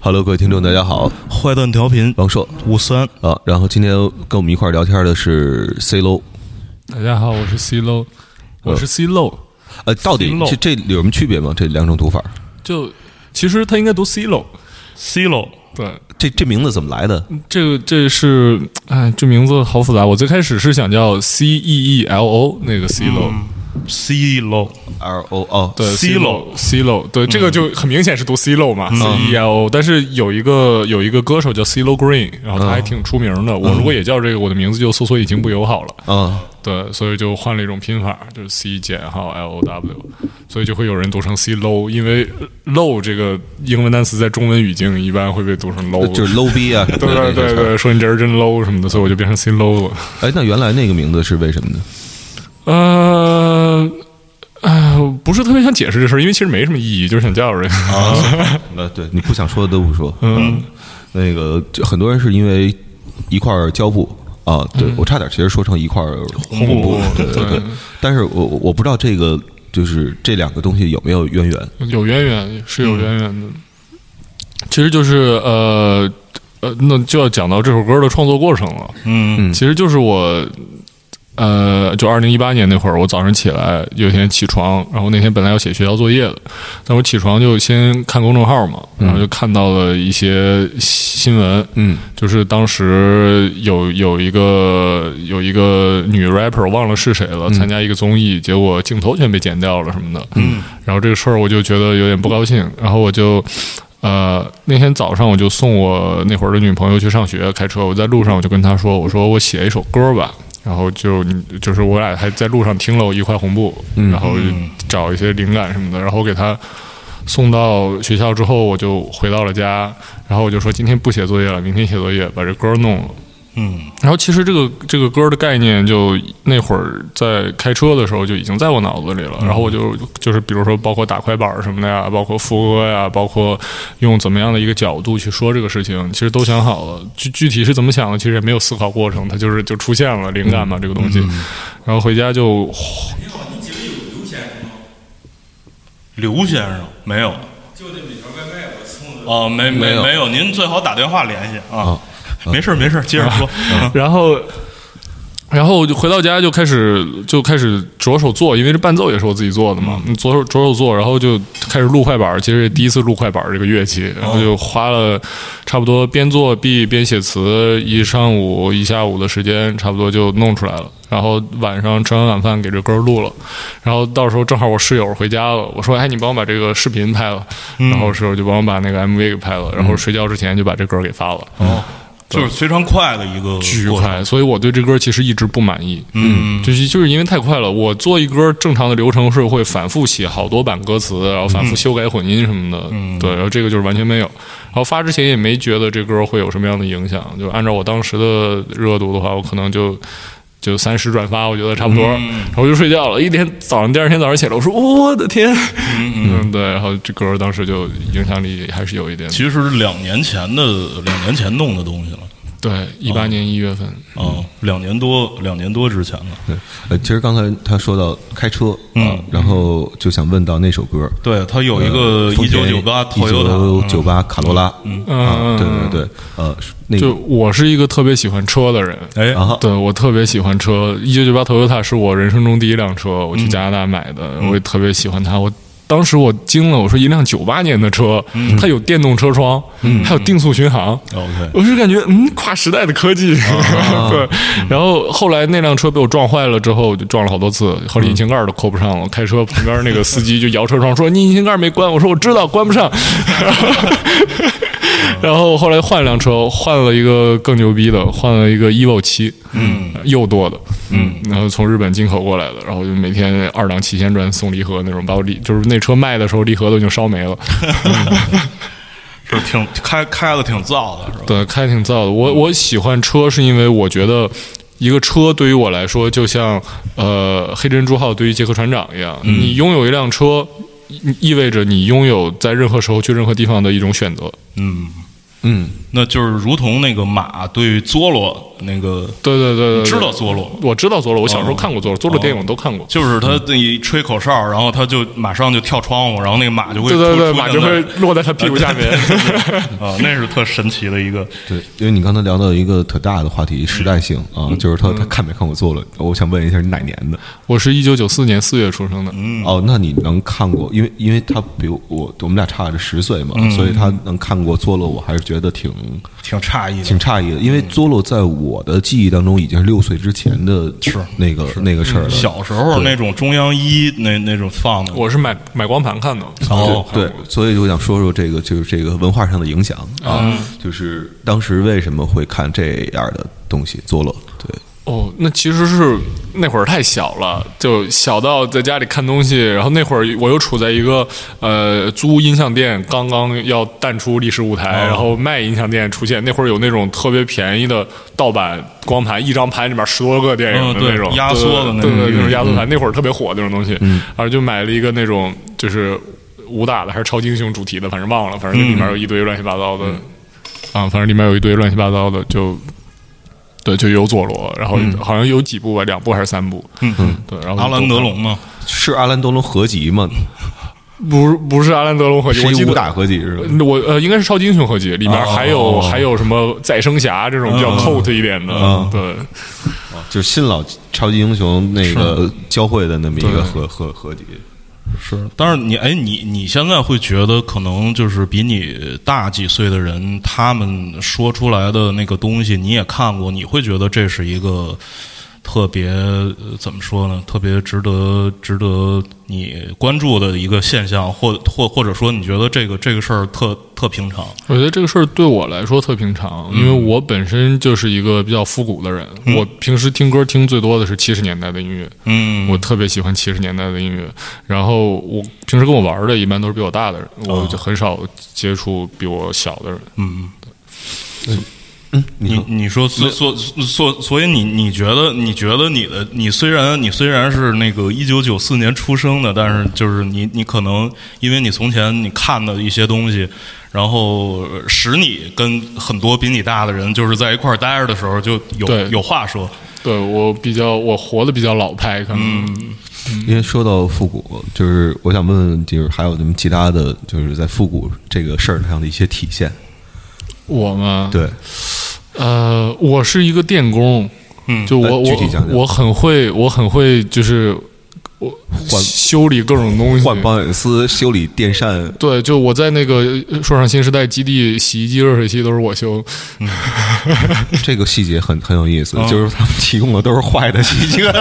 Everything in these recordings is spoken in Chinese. Hello，各位听众，大家好，坏蛋调频王硕五三，啊。然后今天跟我们一块儿聊天的是 C l o 大家好，我是 C l o 我是 C l o 呃，到底 C-Lo 这这有什么区别吗？这两种读法，就其实他应该读 C l o C 喽，对，这这名字怎么来的？这个这是哎，这名字好复杂。我最开始是想叫 C E E L O 那个 C l o 嗯 C 喽， R O 哦，对 Cilo 嗯 C 嗯 l o 对，这个就很明显是读 C l o 嘛，C E L O。但是有一个有一个歌手叫 C l o Green，然后他还挺出名的。我如果也叫这个，我的名字就搜索已经不友好了。啊，对，所以就换了一种拼法，就是 C 减号 L O W，所以就会有人读成 C low，因为 low 这个英文单词在中文语境一般会被读成 low，就是 low 逼啊，什么对的对对。对，说你这人真 low 什么的，所以我就变成 C low 了。哎，那原来那个名字是为什么呢？呃，呃，不是特别想解释这事儿，因为其实没什么意义，就是想叫人。啊，呃，对你不想说的都不说。嗯，那个就很多人是因为一块儿胶布啊，对我差点其实说成一块儿红布布，对对对对。但是我我不知道这个就是这两个东西有没有渊源。有渊源，是有渊源的。其实就是呃呃，那就要讲到这首歌的创作过程了。嗯嗯其实就是我，呃，就二零一八年那会儿，我早上起来有一天起床，然后那天本来要写学校作业的，但我起床就先看公众号嘛，然后就看到了一些新闻，嗯就是当时有有一个有一个女 rapper 忘了是谁嗯了，参加一个综艺，结果镜头全被剪掉了什么的。嗯，然后这个事儿我就觉得有点不高兴，然后我就。呃，那天早上我就送我那会儿的女朋友去上学，开车，我在路上我就跟她说，我说我写一首歌吧，然后就你就是我俩还在路上听了我一块红布，然后找一些灵感什么的，然后给她送到学校之后，我就回到了家，然后我就说今天不写作业了，明天写作业，把这歌弄了。嗯然后其实这个这个歌的概念，就那会儿在开车的时候就已经在我脑子里了。然后我就就是比如说，包括打快板什么的呀，包括副歌呀，包括用怎么样的一个角度去说这个事情，其实都想好了。具具体是怎么想的，其实也没有思考过程，它就是就出现了灵感嘛，这个东西。然后回家就刘先生没有，就那美条外卖我送的，哦，没没没有没有，您最好打电话联系啊啊，没事儿没事儿，接着说，然后，然后我就回到家就开始就开始着手做，因为这伴奏也是我自己做的嘛，左手着手做，然后就开始录快板儿，其实也第一次录快板儿这个乐器，然后就花了差不多边做 B 边写词一上午一下午的时间，差不多就弄出来了。然后晚上吃完晚饭给这歌录了，然后到时候正好我室友回家了，我说：“哎，你帮我把这个视频拍了。”然后室友就帮我把那个 MV 给拍了，然后睡觉之前就把这歌给发了。 就是非常快的一个巨过程，快，所以我对这歌其实一直不满意。嗯就是就是因为太快了，我做一歌正常的流程是会反复写好多版歌词，然后嗯反复修改混音什么的，对，然后这个就是完全没有。然后发之前也没觉得这歌会有什么样的影响，就按照我当时的热度的话，我可能就就三十转发，我觉得差不多，嗯然后我就睡觉了。一天早上，第二天早上起来，我说我的天，嗯对，然后这歌当时就影响力还是有一点的，其实是两年前的两年前弄的东西了，对，一哦八年一月份，啊，两年多两年多之前了，对，呃，其实刚才他说到开车，啊，然后就想问到那首歌，呃对他嗯有一个一九九八嗯一 Toyota 九九八卡罗拉，嗯啊，嗯，对对对，呃，那就个我是一个特别喜欢车的人，哎啊哈对我特别喜欢车。一九九八 Toyota 是我人生中第一辆车，我去加拿大买的，我也特别喜欢它。我当时我惊了，我说一辆九八年的车，它有电动车窗，还有定速巡航， ，OK，我是感觉嗯，跨时代的科技， 对。然后后来那辆车被我撞坏了之后，就撞了好多次，后来引擎盖都扣不上了。开车旁边那个司机就摇车窗说：“你引擎盖没关。”我说：“我知道，关不 上。”然后后来换辆车，换了一个更牛逼的，换了一个 evo 七，嗯，右舵的，嗯，然后从日本进口过来的，然后就每天二档七千转送离合那种，把我离就是那车卖的时候离合都已经烧没了。是挺开开的挺燥的，是吧？对，开挺燥的。我我喜欢车是因为我觉得。一个车对于我来说，就像呃黑珍珠号对于杰克船长一样，嗯你拥有一辆车，意意味着你拥有在任何时候去任何地方的一种选择。嗯。嗯那就是如同那个马对佐罗那个，对对对对，知道哦佐洛，我知道佐洛，我小时候看过佐洛，佐洛电影我都看过。就是嗯他那一吹口哨，然后他就马上就跳窗户，然后那个马就会对对对，突马就会落在他屁股下面。 啊，那是特神奇的一个，对，因为你刚才聊到一个特大的话题，时代性嗯啊，就是他他看没看过《做了》，我想问一下你哪年的？我是一九九四年四月出生的，嗯哦，那你能看过？因为因为他比我我我们俩差了十岁嘛，嗯所以他能看过《做了》，我还是觉得挺挺诧异的，挺诧异的，因嗯为《做了》在我的记忆当中已经是六岁之前的是那个那个事儿了。小时候那种中央一那那种放的，我是买买光盘看的。哦对对，所以就想说说这个，就是这个文化上的影响啊，就是当时为什么会看这样的东西《做了》？对，哦，那其实是那会儿太小了，就小到在家里看东西，然后那会儿我又处在一个呃租音像店刚刚要淡出历史舞哦台，然后卖音像店出现，那会儿有那种特别便宜的盗版光盘，一张盘里面十多个电影嗯的对那种、压缩的那对对对种嗯那种压缩盘，那会儿特别火那种东西，然后就买了一个那种就是武打的还是超级英雄主题的，反正忘了，反正嗯里面有一堆乱七八糟的。啊，反正里面有一堆乱七八糟的，就对，就有佐罗，然后好像有几部吧，两部还是三部，嗯嗯，对，然后阿兰都德看龙嘛，是阿兰德龙合集吗？不是不是阿兰德龙合集，我是记一得武打合集是吧？我呃应该是超级英雄合集，里面还有、哦嗯还有什么再生侠这种比较 cult 一点的，对就是新老超级英雄那个交汇的那么一个合合合集。是，但是你哎，你你现在会觉得可能就是比你大几岁的人，他们说出来的那个东西你也看过，你会觉得这是一个特别呃怎么说呢？特别值得值得你关注的一个现象，或或或者说你觉得这个这个事儿特特平常，我觉得这个事儿对我来说特平常，因为嗯我本身就是一个比较复古的人，我平时听歌听最多的是七十年代的音乐，嗯我特别喜欢七十年代的音乐，然后我平时跟我玩儿的一般都是比我大的人，我就很少接触比我小的人。嗯。你说你你说所所所所以你你觉得你觉得你的你虽然你虽然是那个一九九四年出生的，但是就是你你可能因为你从前你看的一些东西，然后使你跟很多比你大的人就是在一块儿待着的时候就有对有话说，对我比较，我活的比较老派，可能、嗯因为说到复古，就是我想问问，就是还有什么其他的，就是在复古这个事儿上的一些体现？我嘛，对，呃，我是一个电工，嗯就那我具体讲讲我我很会，我很会就是我换修理各种东西，换保险丝、修理电扇，对，就我在那个呃说唱新时代基地，洗衣机、热水器都是我修。这个细节很很有意思，就是他们提供的都是坏的细节。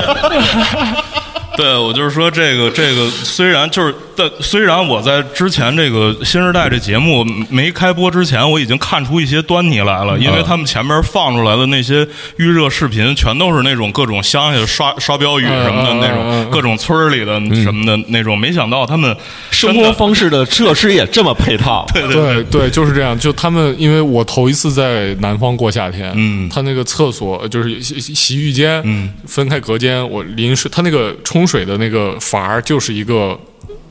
对，我就是说这个这个，虽然就是但虽然我在之前这个新时代这节目没开播之前，我已经看出一些端倪来了，因嗯为他们前面放出来的那些预热视频，全都是那种各种乡下刷刷标语什么嗯的嗯嗯那种嗯，各种村儿里的什么的那种，没想到他们生生活方式的设施也这么配套， 对对对，就是这样。就他们，因为我头一次在南方过夏天，嗯他那个厕所呃就是洗洗洗浴间，嗯，分开隔间，我淋水，他那个冲水的那个阀儿就是一个。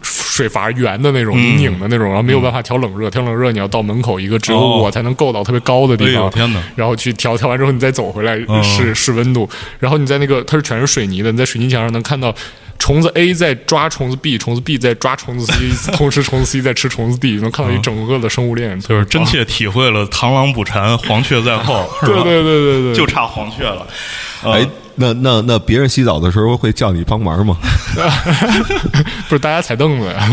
水阀儿圆的那种，你拧的那种，然后没有办法调冷热，调冷热你要到门口一个只有哦我才能够到特别高的地哎方，呦天哪然后去调，调完之后你再走回来嗯试试温度，然后你在那个它是全是水泥的，你在水泥墙上能看到虫子 A 在抓虫子 B，虫子 B 在抓虫子 C，同时虫子 C 在吃虫子 D，能看到一整个的生物链，嗯就是真切体会了螳螂捕蝉，黄雀在后，是对吧？对对对对， 就差黄雀了。呃哎，那那那别人洗澡的时候会叫你帮忙吗？ 不是大家踩凳子呀，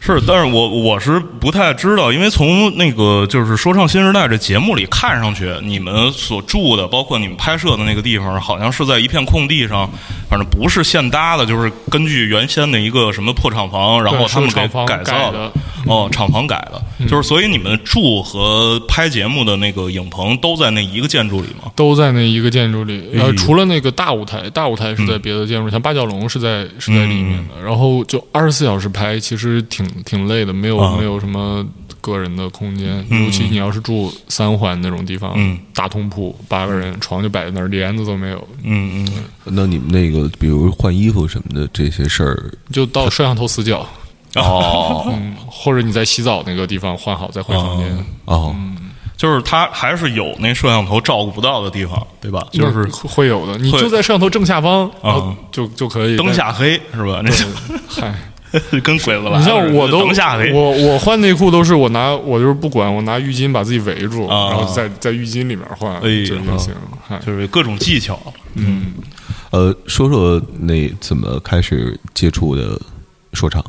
是，但是我我是不太知道，因为从那个就是《说唱新时代》这节目里看上去，你们所住的，包括你们拍摄的那个地方，好像是在一片空地上，反正不是现搭的，就是根据原先的一个什么破厂房，然后对他们是个给厂房改造改的嗯哦，厂房改的，就是所以你们住和拍节目的那个影棚都在那一个建筑里吗？都在那一个建筑里。哎呦嗯呃，除了那个大舞台，大舞台是在别的建筑，像八角笼是在是在里面的。然后就二十四小时拍，其实挺挺累的，没有啊没有什么个人的空间，尤其你要是住三环那种地方嗯，大通铺，八个人床就摆在那儿，帘子都没有，嗯嗯， 那你们那个，比如换衣服什么的这些事儿，就到摄像头死角。哦，啊嗯，或者你在洗澡那个地方换好再回房间。哦， 就是它还是有那摄像头照顾不到的地方，对吧？嗯就是会有的，你会就在摄像头正下方，然后啊就就可以灯。下黑是吧？那就嗨， 跟鬼子来了你像我都灯下黑，我我换内裤都是我拿我就是不管，我拿浴巾把自己围住，啊然后在在浴巾里面换，哎呀这就行。嗨就是各种技巧。呃，说说那怎么开始接触的说唱？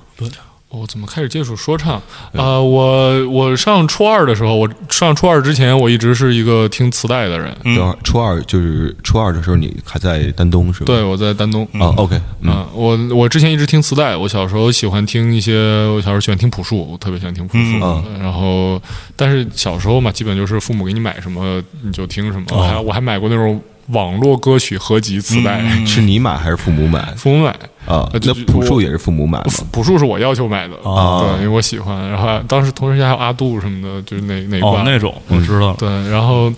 我怎么开始接触说唱？哎啊，我我上初二的时候，我上初二之前，我一直是一个听磁带的人。嗯等会儿初二就是初二的时候，你还在丹东是吧？对，我在丹东。啊，OK，嗯嗯，我我之前一直听磁带，我小时候喜欢听一些，我小时候喜欢听朴树，我特别喜欢听朴树。啊嗯然后，但是小时候嘛，基本就是父母给你买什么你就听什么。哦我还我还买过那种网络歌曲合集磁带，嗯是你买还是父母买父母买。啊？呃那就就朴树也嗯是父母买吗？朴树是我要求买的，啊对，因为我喜欢。然后还当时同时还有阿杜什么的，就是那那一挂、哦，那种我知道了。对，然后，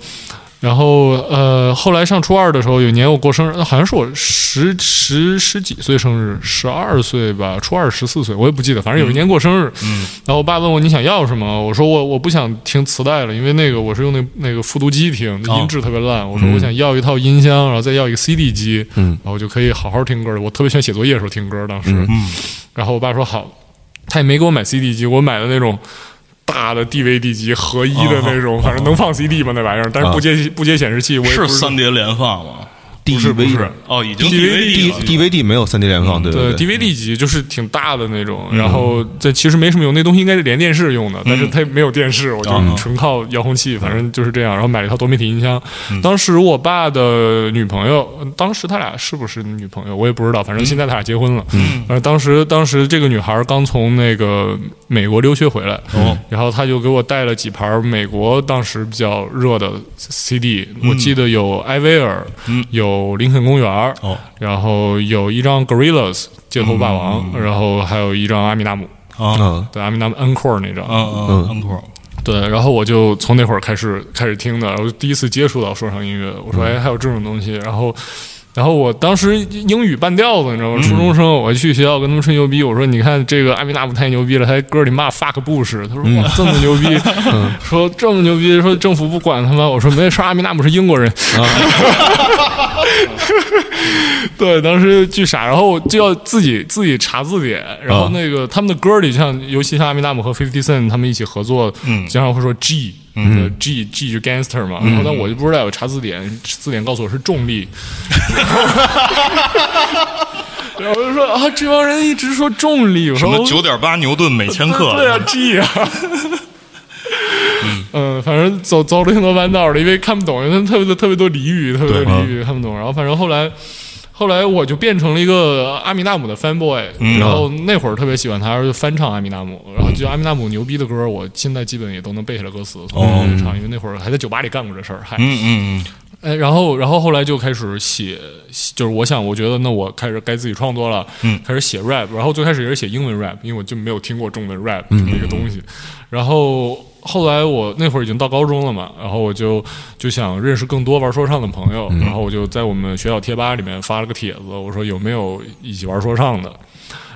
然后呃，后来上初二的时候，有一年我过生日，好像是我十十十几岁生日，十二岁吧，初二十四岁，我也不记得，反正有一年过生日，嗯然后我爸问我你想要什么，我说我我不想听磁带了，因为那个我是用那那个复读机听，哦音质特别烂，我说我想要一套音箱，然后再要一个 CD 机，嗯然后我就可以好好听歌了。我特别喜欢写作业的时候听歌，当时，嗯然后我爸说好，他也没给我买 CD 机，我买的那种大的 DVD 机合一哦的那种，反正能放 CD 吧那玩意儿，但是不接、不接显示器，我也啊是不知三碟连放吗？不是不是哦，已经 DVD DVD 了 D V D 没有三 D 联放，对对嗯对 DVD 机就是挺大的那种，然后这其实没什么用，那东西应该是连电视用的，但是它也没有电视，我就嗯纯靠遥控器，反正就是这样。然后买了一套多媒体音箱，当时我爸的女朋友，嗯当时他俩是不是女朋友我也不知道，反正现在他俩结婚了。嗯，然后当时当时这个女孩刚从那个美国留学回来，哦然后她就给我带了几盘美国当时比较热的 CD，我记得有艾薇儿，有林肯公园儿，哦然后有一张 Gorillas 街头霸王，然后还有一张阿米纳姆，啊啊，对阿米纳姆 Encore 那张，嗯嗯，Encore 对，然后我就从那会儿开始开始听的，然后第一次接触到说唱音乐，我说哎还有这种东西，然后。然后我当时英语半吊子，你知道吗？初中生，我还去学校跟他们吹牛逼，我说：“你看这个阿米纳姆太牛逼了，他还歌里骂 fuck Bush。”他说：“哇，这么牛逼！”说这么牛逼，说政府不管他吗？我说没事，阿米纳姆是英国人。 对，当时巨傻，然后就要自己自己查字典，然啊后那个他们的歌里像，尤其像阿米纳姆和 Fifty Cent 他们一起合作，嗯经常会说 G，嗯，G G 就 gangster 嘛，然后但我就不知道，我查字典，字典告诉我是重力。 然后我就说啊，这帮人一直说重力，我什说哦么九点八牛顿每千克？对 啊，G 啊。嗯，反正走走了挺多弯道的，因为看不懂，因为他们特别多特别多俚语，特别多俚语看不懂。然后反正后来，后来我就变成了一个阿米纳姆的 fan boy，、然后那会儿特别喜欢他，然后就翻唱阿米纳姆，然后就阿米纳姆牛逼的歌，我现在基本也都能背下来歌词，从头到尾唱，因为那会儿还在酒吧里干过这事儿，还。嗯嗯哎，然后，然后后来就开始写，写就是我想，我觉得那我开始该自己创作了，嗯开始写 rap，然后最开始也是写英文 rap，因为我就没有听过中文 rap 这么一个东西。然后后来我那会儿已经到高中了嘛，然后我就就想认识更多玩说唱的朋友，然后我就在我们学校贴吧里面发了个帖子，我说有没有一起玩说唱的。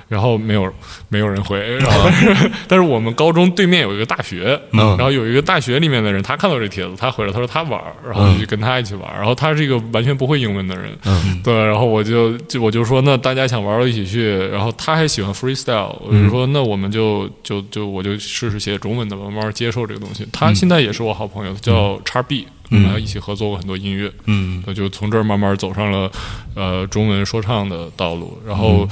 然后没有没有人回，然后 但是但是我们高中对面有一个大学，然后有一个大学里面的人，他看到这帖子，他回来，他说他玩儿，然后我就跟他一起玩儿，然后他是一个完全不会英文的人，对，然后我就就我就说那大家想玩儿一起去，然后他还喜欢 freestyle，我就说那我们就就就我就试试写中文的吧，慢慢接受这个东西。他现在也是我好朋友，叫叉 B，我们还一起合作过很多音乐，嗯那就从这儿慢慢走上了呃中文说唱的道路。然后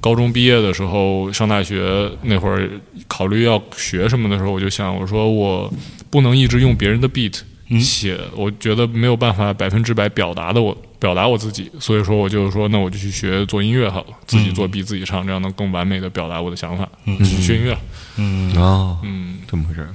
高中毕业的时候，上大学那会儿考虑要学什么的时候，我就想，我说我不能一直用别人的 beat 写，我觉得没有办法百分之百表达的我表达我自己，所以说我就说，那我就去学做音乐好了，自己做 beat 自己唱，这样能更完美的表达我的想法。嗯，学音乐，嗯，哦，嗯，这么回事儿。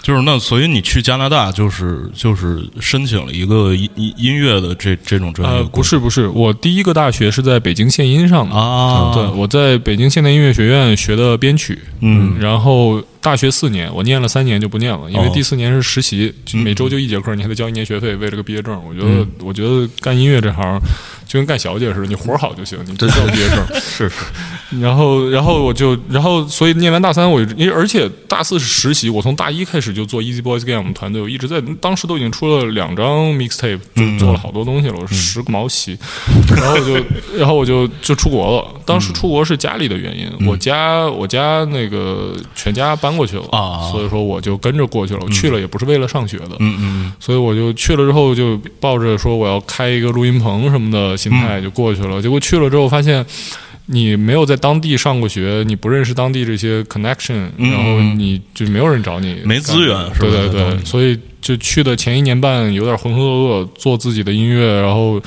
就是那，所以你去加拿大就是就是申请了一个音音音乐的这这种专业呃，的不过程是不是，我第一个大学是在北京现音上的啊，对，我在北京现代音乐学院学的编曲，嗯，然后大学四年，我念了三年就不念了，因为哦第四年是实习，就每周就一节课，你还得交一年学费，为了个毕业证。我觉得，嗯我觉得干音乐这行就跟干小姐似的，你活儿好就行，你不需要毕业证。是是，然后，然后我就，然后，所以念完大三，我就因为而且大四是实习，我从大一开始就做 Easy Boys Game 团队，我一直在，当时都已经出了两张 mixtape，就做了好多东西了，我十个毛席，然后我就，然后我就就出国了。当时出国是家里的原因，我家我家那个全家搬过去了，啊嗯所以说我就跟着过去了。我去了也不是为了上学的，嗯嗯所以我就去了之后就抱着说我要开一个录音棚什么的心嗯态就过去了。结果去了之后发现。你没有在当地上过学，你不认识当地这些 connection，、嗯然后你就没有人找你，没资源是吧对对在当对，地所以就去的前一年半有点浑浑噩噩，做自己的音乐，然后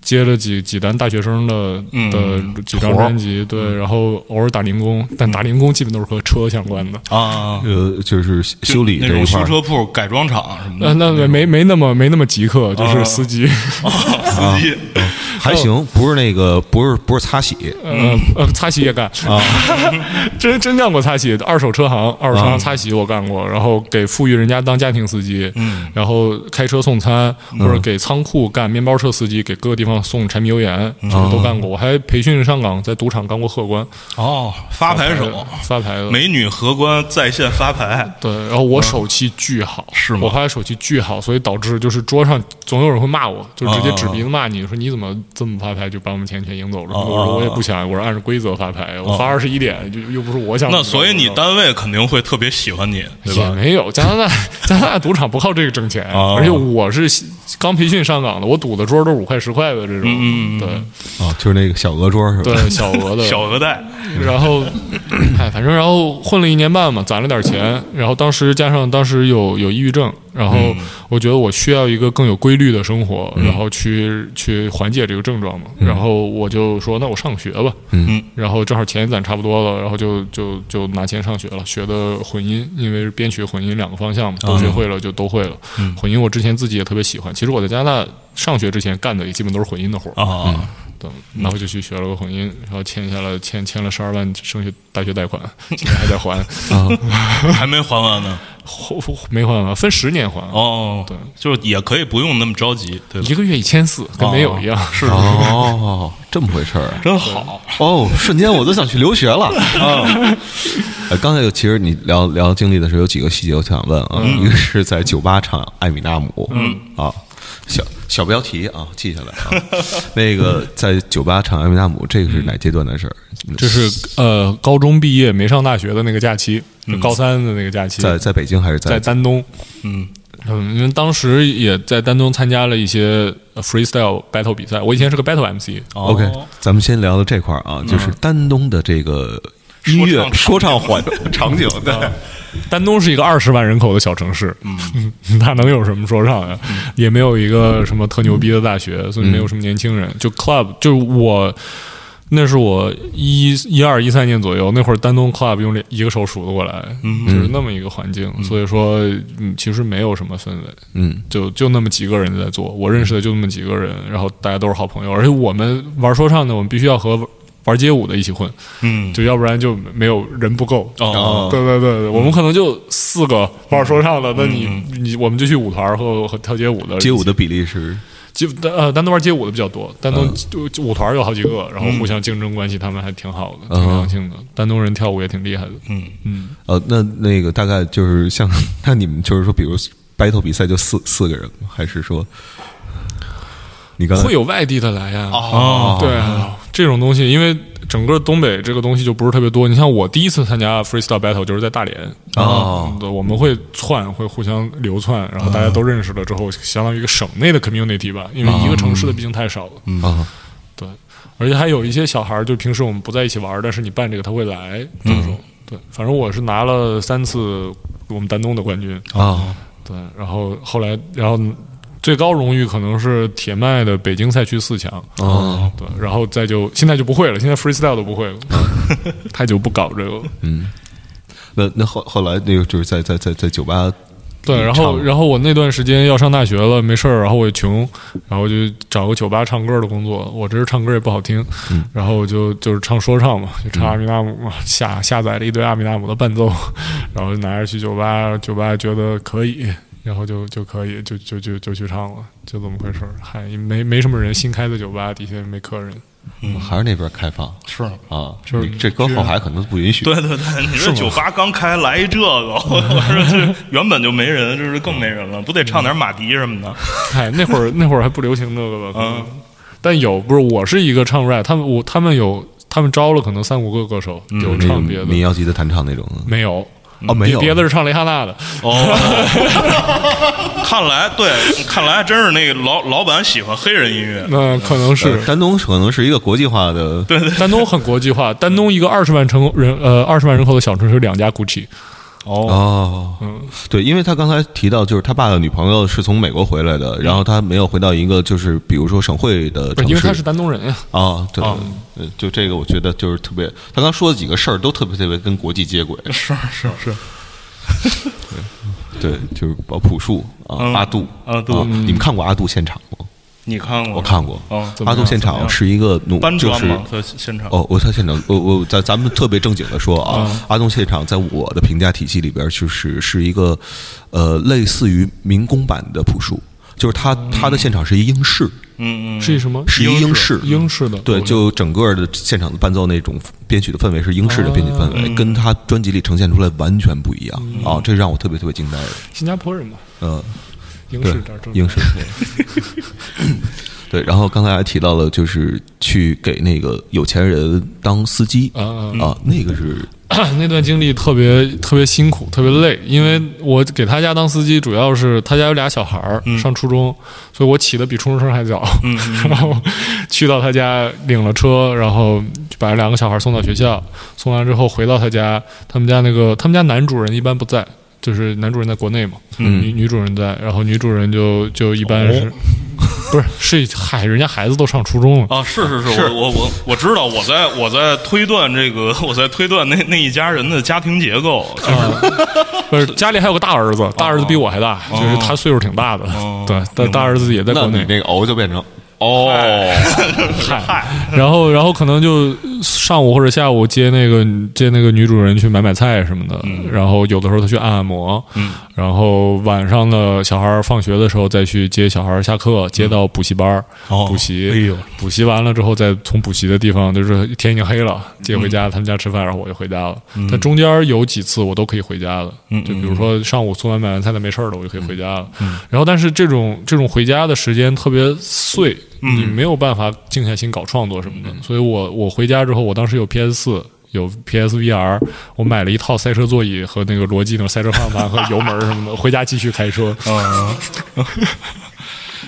接了几几单大学生的、嗯的几张活儿嗯专辑，对，然后偶尔打零工，但打零工基本都是和车相关的。嗯啊，呃，就是修修理那这种一块修儿车铺、改装厂什那么的，那没没那么没那么极客，啊就是司机。司 机还行，不是那个，不是不是擦洗，呃嗯呃，擦洗也干啊， 真真干过擦洗，二手车行，二手啊车行擦洗我干过，然后给富裕人家当家庭司机，嗯，然后开车送餐，或者给仓库干面包车司机，给各个地方送柴米油盐，嗯这个都干过。我还培训上岗，在赌场干过荷官，哦，发牌手，发牌的。美女荷官在线发牌，对，然后我手气巨好，嗯是吗我发现手气巨好，所以导致就是桌上总有人会骂我，就嗯直接指鼻子骂你，说你怎么这么发牌就把我们钱全赢走了？啊我说我也不想，我是按照规则发牌，我发二十一点，就又不是我想。哦那所以你单位肯定会特别喜欢你，对也吧？没有，加拿大 加拿大赌场不靠这个挣钱，啊而且我是刚培训上岗的，我赌的桌都是五块十块的这种，嗯嗯嗯啊，就是那个小鹅桌是对吧？对，小额的， 小额贷， 然后，哎，反正然后混了一年半嘛，攒了点钱，然后当时加上当时有有抑郁症，然后我觉得我需要一个更有规律的生活，然后去去缓解这个症状嘛，然后我就说那我上学吧，嗯，然后正好钱也攒差不多了，然后就就就拿钱上学了，学的混音，因为是编曲混音两个方向嘛，都学会了就都会了，混音我之前自己也特别喜欢，其实我在加拿大上学之前干的也基本都是混音的活儿啊，等，然后就去学了个混音，然后欠下了欠欠了十二万升学大学贷款，现在还在还， 还没还完呢。没还完，分十年还，哦，对，就是也可以不用那么着急，对吧？一个月一千四，跟没有一样。是哦，这么回事儿啊。真好， 哦，瞬间我都想去留学 了啊！呃刚才有其实你聊聊经历的时候，有几个细节我想问啊，一个是在酒吧唱艾米纳姆，嗯啊，小小标题啊，记下来啊。 那个在酒吧唱艾米纳姆，这个是哪阶段的事儿？这是呃，高中毕业没上大学的那个假期，就高三的那个假期，在在北京还是在在丹东，嗯嗯，因为当时也在丹东参加了一些呃 freestyle battle 比赛，我以前是个 battle MC， OK，咱们先聊到这块儿啊，就是丹东的这个音乐说说唱环场景，对，丹东是一个二十万人口的小城市， 嗯，那能有什么说唱呀？也没有一个什么特牛逼的大学，所以没有什么年轻人。就 club，就是我，那是我一一二一三年左右那会儿，丹东 club 用一个手数得过来，就是那么一个环境。所以说，嗯，其实没有什么氛围，嗯，就就那么几个人在做，我认识的就那么几个人，然后大家都是好朋友，而且我们玩说唱的，我们必须要和玩玩街舞的一起混，嗯，就要不然就没有人不够。啊哦对对对，对我们可能就四个玩说唱的，那你你我们就去舞团和和跳街舞的街舞的比例是街呃丹东玩街舞的比较多，丹东就就舞团有好几个，然后互相竞争关系他们还挺好的，挺良性的。丹东人跳舞也挺厉害的，嗯嗯，呃，那那个大概就是像 那你们就是说，比如 battle 比赛就四四个人吗？还是说你刚才啊会有外地的来呀。呃哦对啊，这种东西，因为整个东北这个东西就不是特别多。你像我第一次参加 freestyle battle 就是在大连哦嗯我们会窜，会互相流窜，然后大家都认识了之后，相当于一个省内的 community 哦吧，因为一个城市的毕竟太少了。嗯啊对，而且还有一些小孩儿，就平时我们不在一起玩儿，但是你办这个他会来这嗯种。对，反正我是拿了三次我们丹东的冠军。啊对，然后后来，然后最高荣誉可能是铁麦的北京赛区四强。哦，对，然后再就现在就不会了，现在 freestyle 都不会了，太久不搞这个了。那那后后来那个就是在在在在酒吧对，然唱后了然后我那段时间要上大学了，没事儿，然后我也穷，然后就找个酒吧唱歌的工作。我这是唱歌也不好听，然后我就就是唱说唱嘛，就唱阿米纳姆嘛，下下载了一堆阿米纳姆的伴奏， 然后就拿着去酒吧，酒吧觉得可以。然后就就可以就就就就去唱了，就这么回事儿，还没没什么人，新开的酒吧底下没客人，还是那边开放是，啊？就是这搁后海可能不允许。对对对，你说是吗酒吧刚开来一这 个，我说这原本就没人，这是更没人了，不得唱点马迪什么的？嗨，那会儿 那会儿还不流行这个吧？可能嗯，但有不是我是一个唱 rap，他们我他们有他们招了可能三五个歌手，有那种唱别的，民谣级的弹唱那种的没有。哦，没有别的是唱雷哈娜的，哦，看来对，看来真是那个老老板喜欢黑人音乐。嗯那可能是呃。丹东可能是一个国际化的，对丹东很国际化，丹东一个二十万城人呃二十万人口的小城市有两家 GUCCI，哦，哦，对，因为他刚才提到，就是他爸的女朋友是从美国回来的，然后他没有回到一个就是比如说省会的不城是因为他是市丹东人呀。啊，对哦啊，呃就这个我觉得就是特别，他刚说的几个事儿都特别特别跟国际接轨，是是是，对，就是包朴树啊，嗯阿杜阿杜啊你们看过阿杜现场吗？你看过？我看过哦，阿杜现场是一个努搬就砖是吗？在现场？哦，我他现场，我我咱咱们特别正经的说啊，嗯阿东现场在我的评价体系里边，就是是一个呃类似于民工版的朴树，就是他嗯他的现场是一英式，嗯嗯，是一什么？是一英式英式的。对，就整个的现场的伴奏那种编曲的氛围是英式的编曲氛嗯围，跟他专辑里呈现出来完全不一样啊，这让我特别特别惊呆的，新加坡人嘛，嗯。英对式这儿正，英式。 对，然后刚才还提到了，就是去给那个有钱人当司机啊啊啊，那个是 那段经历特别特别辛苦，特别累，因为我给他家当司机，主要是他家有俩小孩儿、上初中，所以我起的比初中生还早， 然后去到他家领了车，然后把两个小孩送到学校，送完之后回到他家，他们家那个他们家男主人一般不在。就是男主人在国内嘛，嗯女女主人在，然后女主人就就一般是， 不是是嗨，人家孩子都上初中了，啊，是是是，我我我我知道，我在我在推断这个，我在推断那那一家人的家庭结构，就是不是家里还有个大儿子，大儿子比哦我还大，就是他岁数挺大的， 对，但大儿子也在国内。那个哦就变成哦，嗨，然后然后可能就上午或者下午接那个接那个女主人去买买菜什么的，嗯然后有的时候他去按按摩，然后晚上呢，小孩儿放学的时候再去接小孩儿下课，接到补习班儿、哦补习，哎呦补习完了之后再从补习的地方，就是天已经黑了，嗯接回家，他们家吃饭，然后我就回家了。但中间有几次我都可以回家了，嗯就比如说上午送完买完菜，他没事儿了，我就可以回家了。然后但是这种这种回家的时间特别碎，嗯你没有办法静下心搞创作什么的。所以我我回家之后，我当时有 PS 四。有 PSVR，我买了一套赛车座椅和那个罗技那种赛车方向盘和油门什么的， 回家继续开车。嗯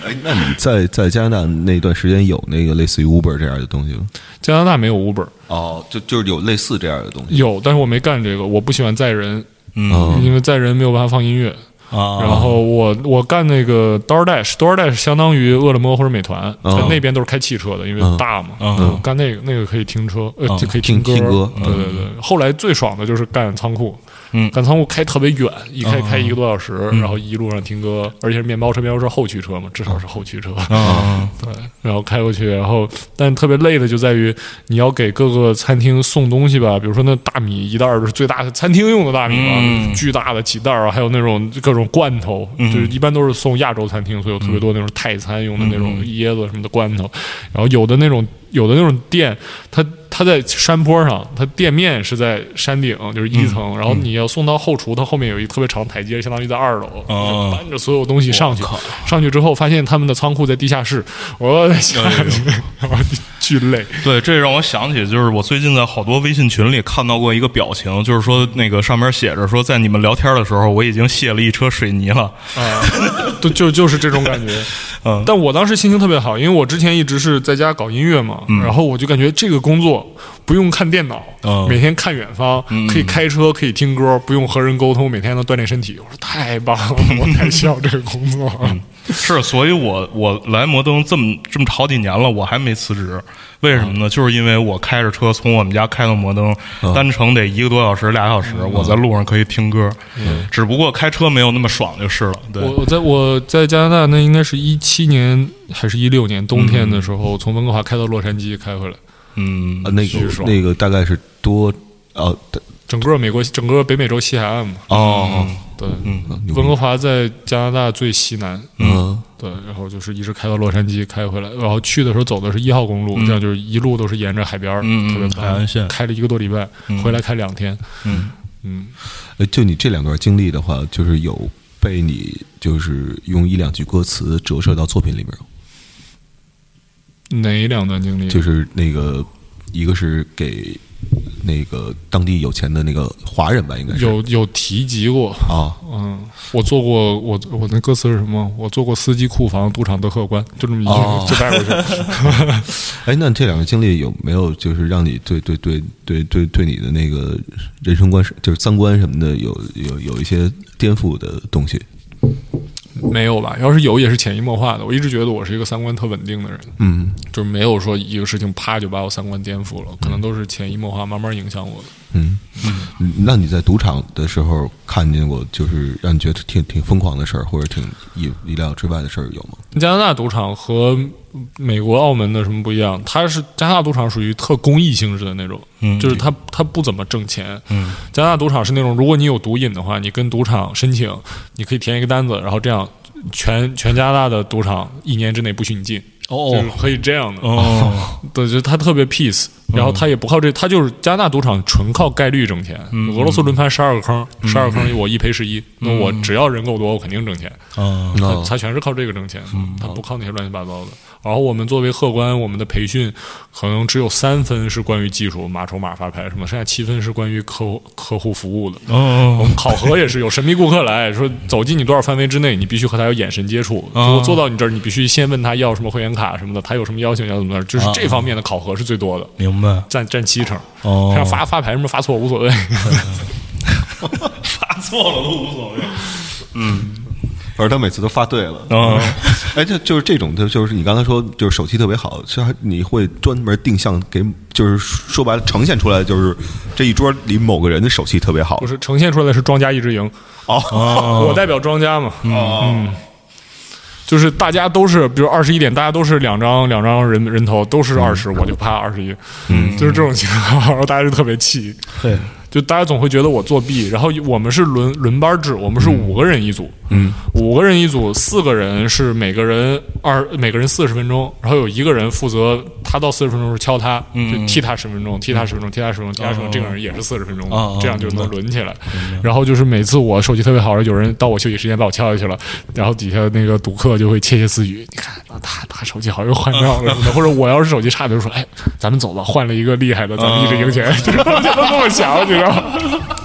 哎，那你在在加拿大那段时间有那个类似于 Uber 这样的东西吗？加拿大没有 Uber，哦，就就是有类似这样的东西，有，但是我没干这个，我不喜欢载人，嗯哦因为载人没有办法放音乐。然啊，后我我干那个 DoorDash，DoorDash 相当于饿了么或者美团，嗯在那边都是开汽车的，因为大嘛。嗯嗯干那个那个可以停车，呃，就可以哦听歌。听歌嗯对对对。后来最爽的就是干仓库，嗯干仓库开特别远，一开开一个多小时，然后一路上听歌，而且是面包车，面包车后驱车嗯嘛，至少是后驱车。啊，对，然后开过去，然后但特别累的就在于你要给各个餐厅送东西吧，比如说那大米一袋儿是最大的餐厅用的大米嘛，嗯巨大的几袋儿啊，还有那种各种罐头，就是一般都是送亚洲餐厅，所以有特别多那种泰餐用的那嗯种椰子什么的罐头，然后有的那种有的那种店，它它在山坡上，它店面是在山顶，就是一嗯层，然后你要送到后厨，它后面有一特别长的台阶，相当于在二楼，哦就搬着所有东西上去，上去之后发现他们的仓库在地下室，我在想哎呦， 巨累，对，这让我想起，就是我最近在好多微信群里看到过一个表情，就是说那个上面写着说，在你们聊天的时候，我已经卸了一车水泥了。 就就就是这种感觉。嗯但我当时心情特别好，因为我之前一直是在家搞音乐嘛，然后我就感觉这个工作不用看电脑，嗯每天看远方，可以开车，可以听歌，不用和人沟通，每天能锻炼身体。我说太棒了，我太需要这个工作了。嗯 是，所以我我来摩登这么这么好几年了，我还没辞职，为什么呢？就是因为我开着车从我们家开到摩登，单程得一个多小时、俩小时，我在路上可以听歌，只不过开车没有那么爽就是了。对，我我在我在加拿大，那应该是一七年还是一六年冬天的时候，从温哥华开到洛杉矶开回来，嗯啊，那巨个爽那个大概是多哦整个美国整个北美洲西海岸嘛。哦，对对，嗯牛逼温哥华在加拿大最西南，嗯对，然后就是一直开到洛杉矶，开回来，然后去的时候走的是一号公路，这样就是一路都是沿着海边儿，嗯嗯特别棒海岸线开了一个多礼拜，回来开两天，嗯嗯，呃就你这两段经历的话，就是有被你就是用一两句歌词折射到作品里面吗，哪两段经历？就是那个一个是给那个当地有钱的那个华人吧，应该是有有提及过，啊，嗯，我做过，我我那歌词是什么？我做过司机、库房、赌场的客官，就这么一哦句就带过去。 哎，那这两个经历有没有就是让你对对对对对对你的那个人生观是就是三观什么的有有有一些颠覆的东西？没有吧？要是有，也是潜移默化的。我一直觉得我是一个三观特稳定的人，嗯就是没有说一个事情啪就把我三观颠覆了，可嗯能都是潜移默化慢慢影响我的。嗯，那你在赌场的时候看见过就是让你觉得挺挺疯狂的事儿，或者挺意意料之外的事儿有吗？加拿大赌场和美国、澳门的什么不一样？它是加拿大赌场属于特公益性质的那种，嗯就是它它不怎么挣钱。嗯，加拿大赌场是那种，如果你有毒瘾的话，你跟赌场申请，你可以填一个单子，然后这样全全加拿大的赌场一年之内不许你进，就是哦可以这样的。哦，嗯对，就是它特别 peace，然后它也不靠这，它就是加拿大赌场纯靠概率挣钱。嗯俄罗斯轮盘十二个坑，十二个坑我一赔十一，那我只要人够多，我肯定挣钱。啊，那、他他全是靠这个挣钱，他不靠那些乱七八糟的。然后我们作为客官，我们的培训可能只有三分是关于技术、码筹码、发牌什么，剩下七分是关于客户客户服务的。我哦们考核也是有神秘顾客来说走进你多少范围之内，你必须和他有眼神接触。如果坐到你这儿，你必须先问他要什么会员卡什么的，他有什么邀请要怎么着，就是这方面的考核是最多的，明白占占七成。哦，像发发牌什么发错无所谓。 发错了都无所谓，而他每次都发对了。哦嗯， 哎，就就是这种，就就是你刚才说，就是手气特别好，其实还你会专门定向给，就是说白了呈现出来，就是这一桌里某个人的手气特别好不。是呈现出来的是庄家一直赢，哦，我代表庄家嘛，嗯，就是大家都是，比如二十一点，大家都是两张两张人人头都是二十，我就趴二十一，嗯，就是这种情况， 然后大家就特别气，对，就大家总会觉得我作弊，然后我们是轮轮班制，我们是五个人一组，嗯，五个人一组，四个人是每个人二每个人四十分钟，然后有一个人负责他到四十分钟的时候敲他，就踢他十分钟，踢他十分钟，踢他十分钟，踢他十分钟，这个人也是四十分钟的哦哦，这样就能轮起来。然后就是每次我手机特别好，有人到我休息时间把我敲下去了，然后底下那个赌客就会窃窃私语，你看啊他他手机好又换掉了什么 的，或者我要是手机差的就说，哎，咱们走吧，换了一个厉害的，咱们一直赢钱， 就是大家都这么想，你知道吗？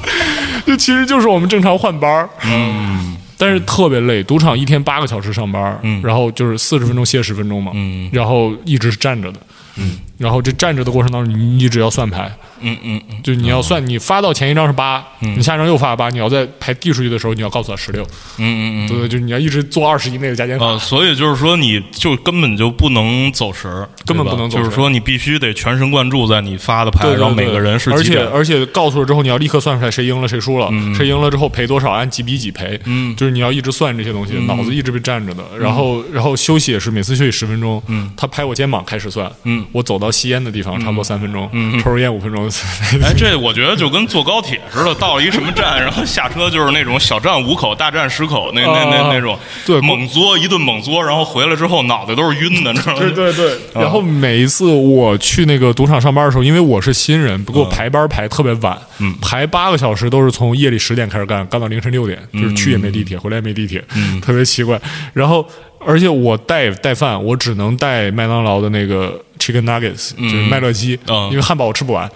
这其实就是我们正常换班儿，嗯，但是特别累，赌场一天八个小时上班，嗯，然后就是四十分钟歇十分钟嘛，嗯，然后一直是站着的，嗯，然后这站着的过程当中，你一直要算牌，嗯嗯嗯，就你要算，你发到前一张是八，你下一张又发八，你要在牌递出去的时候，你要告诉他十六，嗯嗯嗯。对对，就是你要一直做二十以内的加减法，啊，所以就是说，你就根本就不能走神儿，根本对吧不能走就神是说，你必须得全神贯注在你发的牌，对，对然后每对个人是而几且点，嗯而且告诉了之后，你要立刻算出来谁赢了谁输了，谁赢了之后赔多少，按几比几赔，嗯，就是你要一直算这些东西，嗯脑子一直被占着的。然后然后休息也是每次休息十分钟，嗯，他拍我肩膀开始算，嗯，我走到吸烟的地方差不多三分钟，嗯，抽根烟五分钟， 哎，这我觉得就跟坐高铁似的，到了一什么站，然后下车就是那种小站五口、大站十口，那那那那种，啊对猛嘬一顿猛嘬，然后回来之后脑袋都是晕的，你知道吗？对对对。啊然后每一次我去那个赌场上班的时候，因为我是新人，不过排班排特别晚，嗯排八个小时都是从夜里十点开始干，干到凌晨六点，嗯就是去也没地铁，回来也没地铁，特别奇怪。然后而且我带带饭，我只能带麦当劳的那个 chicken nuggets，就是麦乐鸡，嗯因为汉堡我吃不完，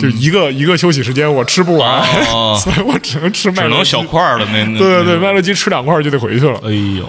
就一个一个休息时间我吃不完，哦 所以我只能吃麦只乐能鸡小。嗯块儿的那对那。对对，那种麦乐鸡吃两块就得回去了。哎呦，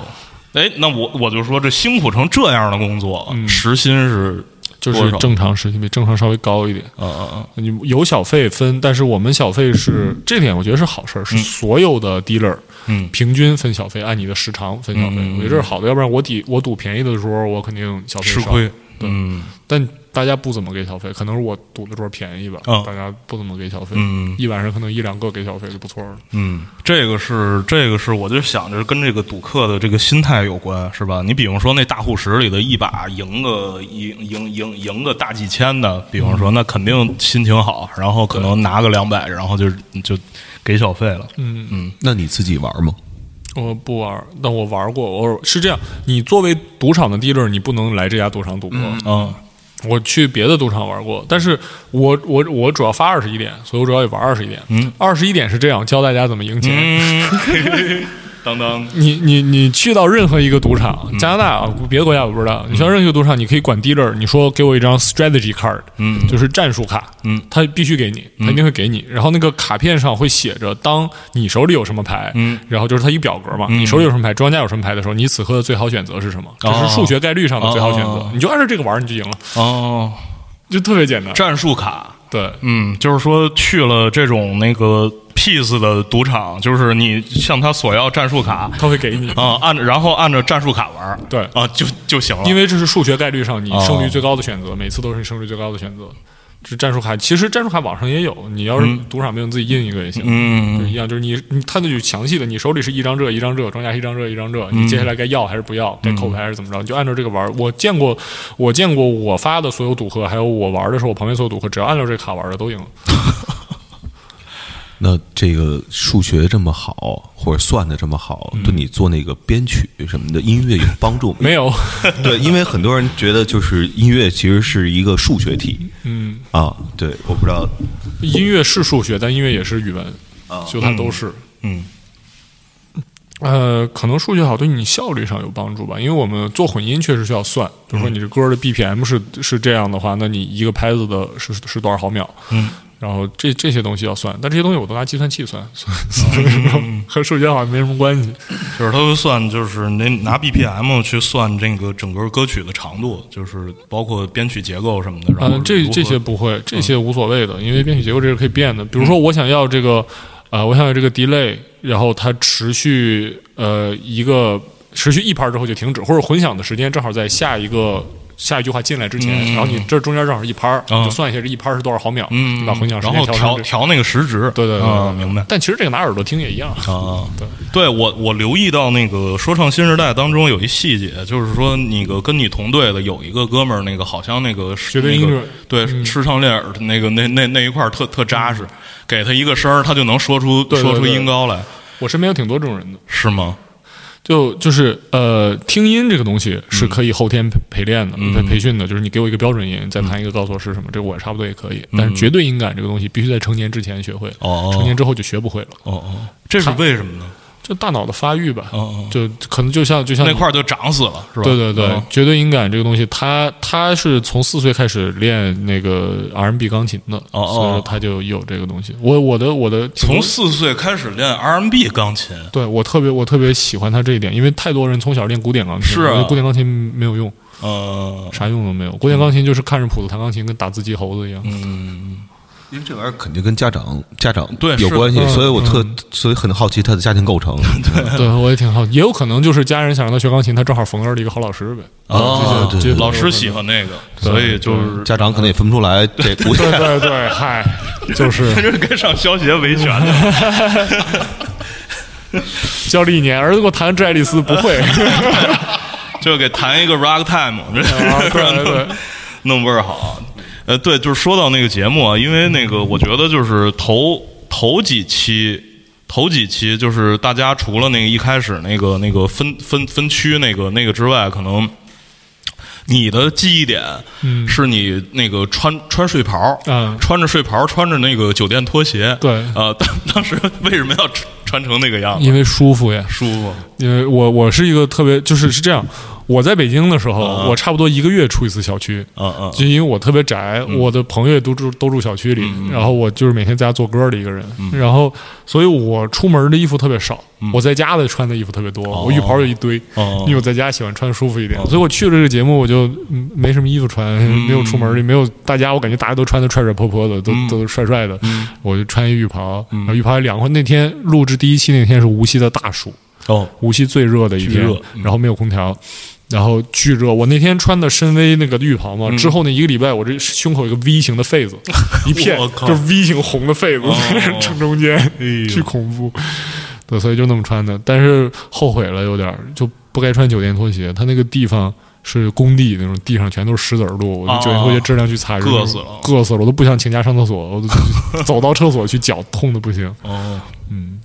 哎，那我我就说这辛苦成这样的工作，时薪是就多是少正常时薪比正常稍微高一点。啊啊你有小费分，但是我们小费是这点，我觉得是好事儿，是所有的 dealer，嗯平均分小费，按你的时长分小费，我觉得这是好的。要不然我抵我赌便宜的时候，我肯定小啊，费吃少亏。。嗯但大家不怎么给小费，可能是我赌的时候便宜吧，啊大家不怎么给小费，嗯一晚上可能一两个给小费就不错了。嗯，这个是这个是，我就想着跟这个赌客的这个心态有关，是吧？你比方说那大户室里的一把赢个赢赢赢赢个大几千的，比方说那肯定心情好，然后可能拿个两百，然后就就给小费了。那你自己玩吗？我不玩儿，但我玩过。我是这样，你作为赌场的 dealer，你不能来这家赌场赌博。啊，我去别的赌场玩过，但是我我我主要发二十一点，所以我主要也玩二十一点。嗯，二十一点是这样，教大家怎么赢钱。嗯当当，你你你去到任何一个赌场，加拿大啊，别的国家我不知道。你去到任何一个赌场，你可以管 dealer，你说给我一张 strategy card，嗯，就是战术卡，嗯，他必须给你，他一定会给你。然后那个卡片上会写着，当你手里有什么牌，嗯，然后就是他一表格嘛，你手里有什么牌，庄家有什么牌的时候，你此刻的最好选择是什么？这是数学概率上的最好选择哦，你就按照这个玩儿，你就赢了，哦，就特别简单。战术卡，对，嗯，就是说去了这种那个 peace 的赌场，就是你向他索要战术卡他会给你。啊，按然后按照战术卡玩儿，嗯对啊，就就行了。因为这是数学概率上你胜率最高的选择，每次都是你胜率最高的选择。这战术卡其实战术卡网上也有，你要是赌场没有，你自己印一个也行。就嗯一样，就是你你它那就详细的，你手里是一张这一张这，庄家是一张这一张这，你接下来该要还是不要，该扣牌还是怎么着，你就按照这个玩儿。我见过，我见过我发的所有赌客，还有我玩的时候我旁边所有赌客，只要按照这卡玩的都赢。那这个数学这么好，或者算的这么好，对你做那个编曲什么的音乐有帮助吗？ 没有，对，因为很多人觉得就是音乐其实是一个数学题，嗯啊，对，我不知道，音乐是数学，但音乐也是语文，就它都是。嗯呃，可能数学好对你效率上有帮助吧，因为我们做混音确实需要算，比如说你这歌的 BPM 是是这样的话，那你一个拍子的是是多少毫秒？嗯，然后这这些东西要算，但这些东西我都拿计算器算，所嗯以说和数学好像没什么关系。就是他会算，就是那拿 BPM 去算这个整个歌曲的长度，就是包括编曲结构什么的。然后嗯，这如何嗯这些不会，这些无所谓的，因为编曲结构这是可以变的。比如说，我想要这个，呃，我想要这个 delay，然后它持续呃一个持续一拍之后就停止，或者混响的时间正好在下一个下一句话进来之前，然后你这中间正好一拍儿，你就算一下这一拍儿是多少毫秒，嗯，你把混响时然间后调成调这调那个时值，对对对啊，对，对明白。但其实这个拿耳朵听也一样，啊，对，对我我留意到那个说唱新时代当中有一细节，就是说那个跟你同队的有一个哥们儿，那个好像那个绝对嗯那音个准对视唱练耳那个那那那一块儿特特扎实，给他一个声儿，他就能说出对说出对音高来，我身边有挺多这种人的。是吗？就就是呃，听音这个东西是嗯可以后天陪陪练的、培培训的，就是你给我一个标准音，再弹一个告诉我是什么，这个我差不多也可以。但是绝对音感这个东西必须在成年之前学会，嗯哦成年之后就学不会了。哦哦，这是为什么呢？就大脑的发育吧，哦就可能就像就像那块儿就长死了，是吧？对对对，嗯绝对音感这个东西，他他是从四岁开始练那个 R&B 钢琴的，哦所以说他就有这个东西。我我的我的从四岁开始练 R&B 钢琴，对我特别我特别喜欢他这一点，因为太多人从小练古典钢琴，是啊我觉得古典钢琴没有用。呃，啥用都没有。古典钢琴就是看着谱子弹钢琴，跟打字机猴子一样。因为这玩意儿肯定跟家长家长对有是关系，嗯所以我特所以很好奇他的家庭构成，对，我也挺好，也有可能就是家人想让他学钢琴，他正好逢着了一个好老师呗。哦这对些对这些老师喜欢那个，所以就是 家长可能也分不出来这不对对对对，嗨， 就是这该上消协维权了。教了一年，儿子给我弹《致爱丽丝》，不 会。就给弹一个 rock time，这啊对对对弄倍儿好。呃，对，就是说到那个节目啊，因为那个我觉得就是头头几期。头几期就是大家除了那个一开始那个那个分分分区那个那个之外，可能你的记忆点是你那个穿穿睡袍，嗯穿着睡袍，穿着那个酒店拖鞋，对呃，当 当时为什么要穿穿成那个样 子？因为舒服呀，舒服，因为我我是一个特别就是是这样，我在北京的时候，我差不多一个月出一次小区，嗯嗯，就因为我特别宅，我的朋友也都住都住小区里，然后我就是每天在家做歌的一个人， 然后所以我出门的衣服特别少，我在家的穿的衣服特别多，我浴袍有一堆，哦因为我在家喜欢穿舒服一点，所以我去了这个节目我就嗯没什么衣服穿，没有出门也没有大家，我感觉大家都穿的帅帅泼泼的，都都帅帅的，嗯我就穿一浴袍，然后浴袍还凉快。那天录制第一期那天是无锡的大暑，哦，无锡最热的一巨天热，嗯然后没有空调，然后巨热。我那天穿的深 V 那个浴袍嗯嘛，之后那一个礼拜，我这胸口有个 V 型的 痱子，一片我靠就是 V 型红的痱子哦， 正中间，巨恐怖。对，所以就那么穿的，但是后悔了有点儿，就不该穿酒店拖鞋，他那个地方是工地那种，地上全都是石子儿路，我啊就酒店拖鞋质量去踩，硌死了硌死了，我都不想请假上厕所，我都走到厕所去脚痛的不行。哦，嗯，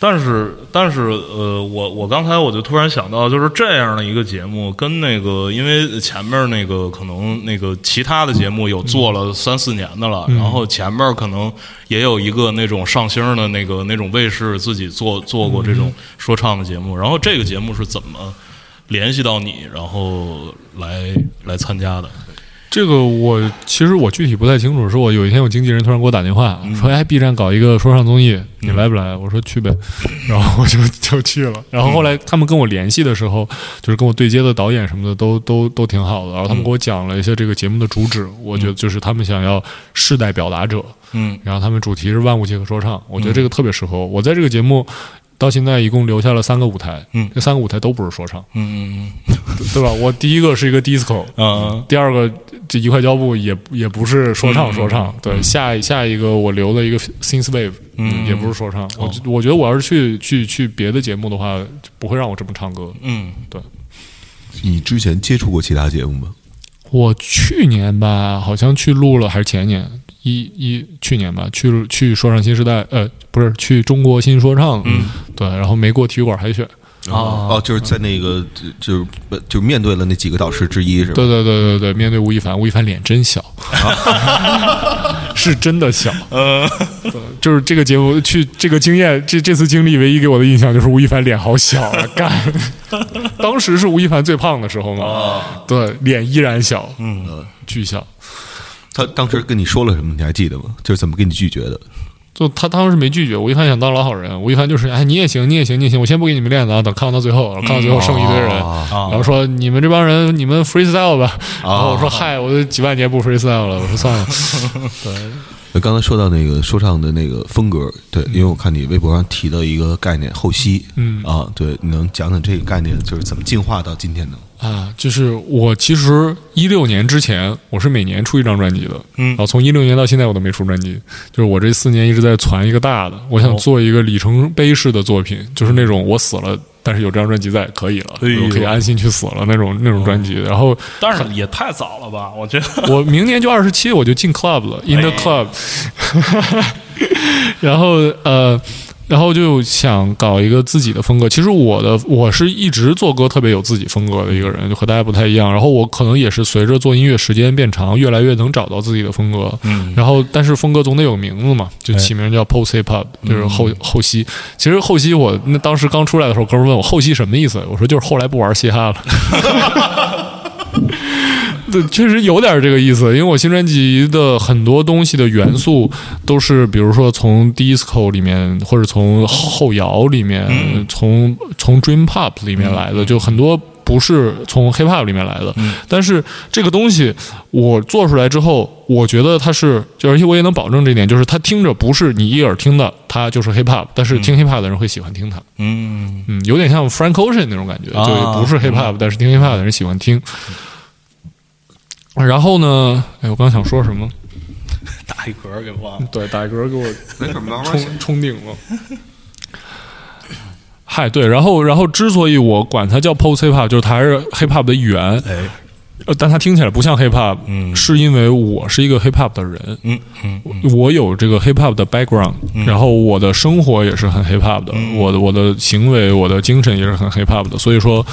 但是但是呃，我我刚才我就突然想到，就是这样的一个节目，跟那个因为前面那个可能那个其他的节目有做了三四年的了，然后前面可能也有一个那种上星的那个那种卫视自己做做过这种说唱的节目，然后这个节目是怎么联系到你，然后来来参加的？这个我其实我具体不太清楚，是我有一天我经纪人突然给我打电话嗯说：“哎，B 站搞一个说唱综艺，你来不来？”我说：“去呗。” 然后我就 就去了。然后后嗯来他们跟我联系的时候，就是跟我对接的导演什么的都都都挺好的。嗯然后他们给我讲了一些这个节目的主旨，我觉得就是他们想要世代表达者，嗯然后他们主题是万物皆可说唱，我觉得这个特别适合我。我在这个节目到现在一共留下了三个舞台，嗯这三个舞台都不是说唱，嗯对吧？我第一个是一个 disco，嗯啊第二个这一块胶布也也不是说唱嗯说唱，对，下下一个我留了一个 synth wave，嗯也不是说唱。我觉我觉得我要是去去去别的节目的话，就不会让我这么唱歌。嗯 你之前接触过其他节目吗？我去年吧，好像去录了，还是前年。一一去年吧，去去说唱新时代，呃，不是去中国新说唱，嗯啊对，然后没过体育馆海选，啊哦，就是在那个，就是就面对了那几个导师之一，是吧？对对对对对，面对吴亦凡，吴亦凡脸真小， 是真的小。呃就是这个节目去这个经验，这这次经历唯一给我的印象就是吴亦凡脸好小啊，干。当时是吴亦凡最胖的时候嘛，对，脸依然小，嗯巨小。他当时跟你说了什么？你还记得吗？就是怎么跟你拒绝的？就他当时没拒绝，吴亦凡想当老好人，吴亦凡就是哎你也行，你也行，你也行，我先不给你们练了啊，等看到最后，看到最后剩一堆人。哦啊然后说你们这帮人，你们 freestyle 吧。然后我说嗨，我都几万年不 freestyle 了，我说算 了。呃刚才说到那个说唱的那个风格，对，因为我看你微博上提了一个概念“后期”，嗯啊，对，你能讲讲这个概念就是怎么进化到今天的？啊，就是我其实一六年之前，我是每年出一张专辑的，嗯然后从一六年到现在我都没出专辑，就是我这四年一直在攒一个大的，我想哦做一个里程碑式的作品，就是那种我死了，但是有这张专辑在，可以了，哎呦哦我可以安心去死了那种那种专辑。然后但是也太早了吧？我觉得我明年就二十七，我就进 club 了，in the 哎 club，、然后呃。然后就想搞一个自己的风格。其实我的我是一直做歌特别有自己风格的一个人，就和大家不太一样。然后我可能也是随着做音乐时间变长，越来越能找到自己的风格。嗯哎然后，但是风格总得有名字嘛，就起名叫 post hip hop，就是嗯后后期。其实后期我那当时刚出来的时候，哥们问我后期什么意思，我说就是后来不玩嘻哈了。 对，确实有点这个意思，因为我新专辑的很多东西的元素都是，比如说从 disco 里面，或者从后摇里面，嗯从从 dream pop 里面来的，就很多不是从 hip hop 里面来的。嗯但是这个东西我做出来之后，我觉得它是，就而且我也能保证这一点，就是它听着不是你一耳听的，它就是 hip hop，但是听 hip hop 的人会喜欢听它。嗯。嗯，有点像 Frank Ocean 那种感觉，啊就不是 hip hop，、但是听 hip hop 的人喜欢听。然后呢，哎，我刚想说什么？打一嗝给忘了。对，打嗝给我没事，慢 冲冲顶了。嗨，对，然后然后之所以我管它叫 post hip hop，就是它还是 hip hop 的一员，哎，呃但它听起来不像 hip hop，嗯是因为我是一个 hip hop 的人，嗯嗯我有这个 hip hop 的 background，、然后我的生活也是很 hip hop 的，我的我的行为、我的精神也是很 hip hop 的，所以说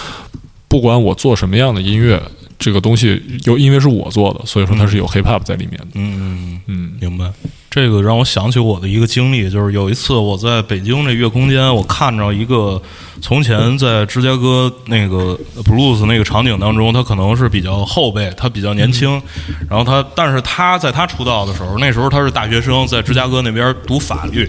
不管我做什么样的音乐，这个东西有因为是我做的，所以说它是有 hip hop 在里面的。嗯，嗯，明白。这个让我想起我的一个经历，就是有一次我在北京这月空间，我看着一个从前在芝加哥那个呃 blues 那个场景当中，他可能是比较后辈，他比较年轻，然后他，但是他在他出道的时候，那时候他是大学生，在芝加哥那边读法律，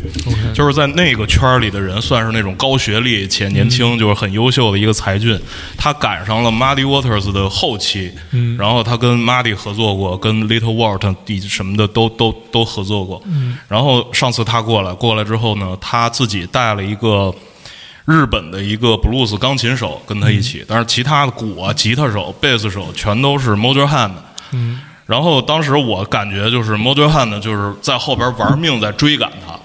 就是在那个圈儿里的人算是那种高学历且年轻，就是很优秀的一个才俊。他赶上了 Muddy Waters 的后期，然后他跟 Muddy 合作过，跟 Little Walt 啊以及什么的都都都合作过。然后上次他过来，过来之后呢，他自己带了一个。日本的一个布鲁斯钢琴手跟他一起，但是其他的鼓啊、吉他手、贝斯手全都是 Motorhead 的。然后当时我感觉就是 Mojo Han 呢，就是在后边玩命在追赶他，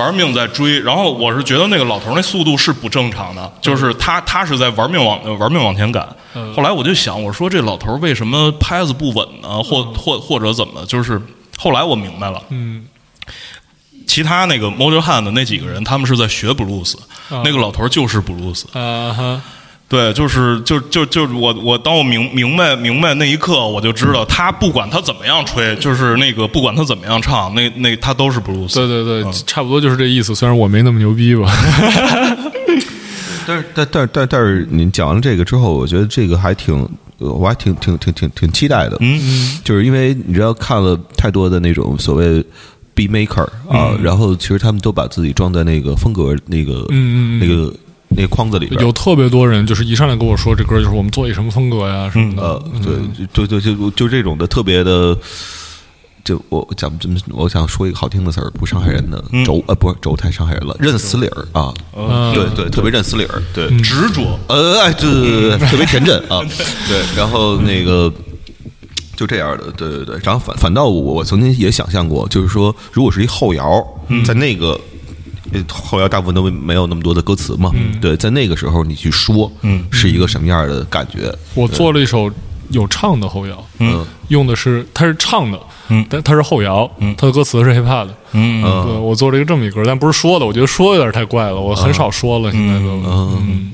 玩命在追。然后我是觉得那个老头儿那速度是不正常的，就是他他是在玩命往呃玩命往前赶。后来我就想，我说这老头儿为什么拍子不稳呢？或或或者怎么？就是后来我明白了，嗯，其他那个 Mojo Han 的那几个人，他们是在学布鲁斯，那个老头儿就是布鲁斯。啊哈，对，就是就就就是我我当我明明白明白那一刻，我就知道他不管他怎么样吹，就是那个不管他怎么样唱，那那他都是布鲁斯。对对对，差不多就是这意思。虽然我没那么牛逼吧，但是但但但但是，您讲完了这个之后，我觉得这个还挺，呃我还挺挺挺挺挺期待的。嗯嗯，就是因为你知道看了太多的那种所谓 B maker 啊，然后其实他们都把自己装在那个风格那个嗯嗯嗯那个那个框子里边儿。有特别多人就是一上来跟我说这歌就是我们做一什么风格呀什么的，呃，对，就就就就这种的特别的，就我我讲这么，我想说一个好听的词儿，不伤害人的轴呃，不是轴太伤害人了，认死理儿啊，嗯对对，特别认死理儿，对，执着。呃，哎，对对对对，特别天真啊，对，然后那个。就这样的，对对对。然后反反倒我我曾经也想象过，就是说，如果是一后摇，在那个呃后摇大部分都没有那么多的歌词嘛，对，在那个时候你去说，是一个什么样的感觉？我做了一首有唱的后摇，嗯用的是它是唱的，嗯但它是后摇，它的歌词是 hiphop 的，嗯，嗯对，我做了一个这么一歌，但不是说的，我觉得说有点太怪了，我很少说了，现在都，嗯，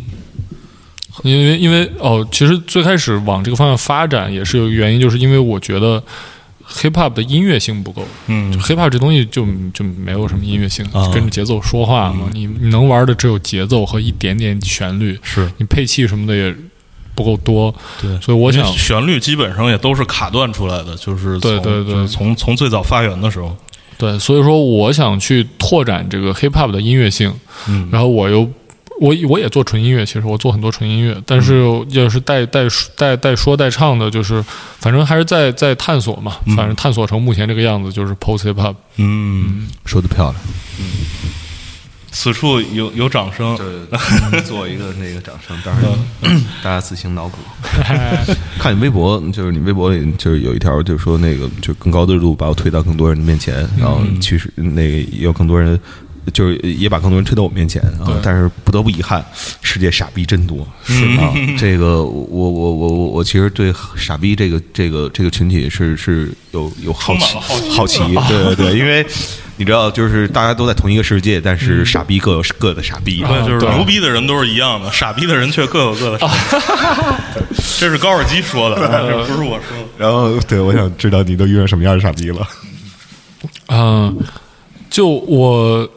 因为因为哦，其实最开始往这个方向发展也是有一个原因，就是因为我觉得 hip hop 的音乐性不够，嗯就 hip hop 这东西就就没有什么音乐性，啊跟着节奏说话嘛，你你能玩的只有节奏和一点点旋律，是你配器什么的也不够多，对所以我我想想旋律基本上也都是卡断出来的，就是对从对对就是从从最早发源的时候，对，所以说我想去拓展这个 hip hop 的音乐性，嗯然后我又我我也做纯音乐，其实我做很多纯音乐，但是要是带带带带说带唱的，就是反正还是在在探索嘛，反正探索成目前这个样子，就是 post hip hop。嗯，说的漂亮。此处有有掌声，对，做一个那个掌声，当 然大家自行脑补。看你微博，就是你微博里就是有一条，就是说那个就更高的热度把我推到更多人的面前，然后嗯其实那个也有更多人。就是也把更多人推到我面前啊对，但是不得不遗憾，世界傻逼真多，嗯是 啊，这个我我我我我我其实对傻逼这个这个这个群体是是有有好充满奇了好奇啊好奇，对对对，因为你知道，就是大家都在同一个世界，但嗯是傻逼各有各的傻逼，对，就是对牛逼的人都是一样的，傻逼的人却各有各的傻逼。这是高尔基说的，这不是我说的。然后，对，我想知道你都遇上什么样的傻逼了。嗯，就我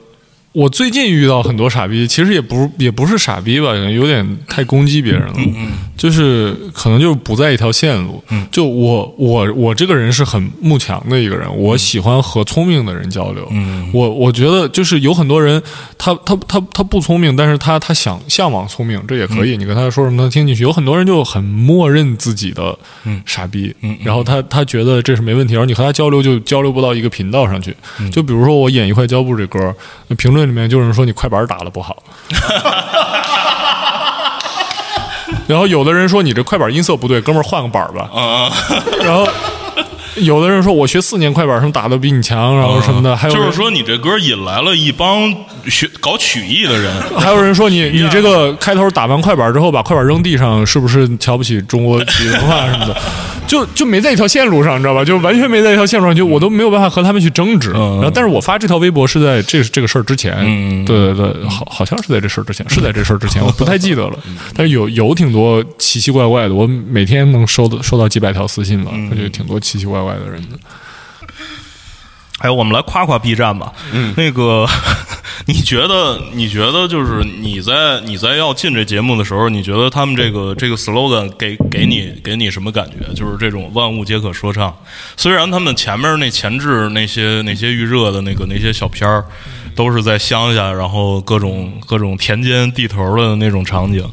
我最近遇到很多傻逼，其实也不也不是傻逼吧，有点太攻击别人了，就是可能就是不在一条线路。就我我我这个人是很慕强的一个人，我喜欢和聪明的人交流。嗯我我觉得就是有很多人，他他他他不聪明，但是他他想向往聪明，这也可以。你跟他说什么，他听进去。有很多人就很默认自己的傻逼，然后他他觉得这是没问题，然后你和他交流就交流不到一个频道上去。就比如说我演一块胶布这歌，那评论里面就有人说你快板打的不好， 然后有的人说你这快板音色不对，哥们儿换个板儿吧。啊，然后有的人说我学四年快板，什么打的比你强，然后什么的，还有就是人说你这歌引来了一帮学搞曲艺的人， 还有人说你你这个开头打完快板之后把快板扔地上，是不是瞧不起中国体育文化什么的？ 就就没在一条线路上，你知道吧？就完全没在一条线路上，就我都没有办法和他们去争执。嗯然后，但是我发这条微博是在这这个事儿之前，嗯对对对，好好像是在这事儿之前，是在这事儿之前，我不太记得了。嗯但是有有挺多奇奇怪怪的，我每天能收到收到几百条私信吧，嗯那就挺多奇奇怪怪的人的。哎，我们来夸夸 B 站吧。嗯，那个， 你觉得？你觉得就是你在你在要进这节目的时候，你觉得他们这个这个 slogan 给给你给你什么感觉？就是这种万物皆可说唱。虽然他们前面那前置那些那些预热的那个那些小片儿，都是在乡下，然后各种各种田间地头的那种场景。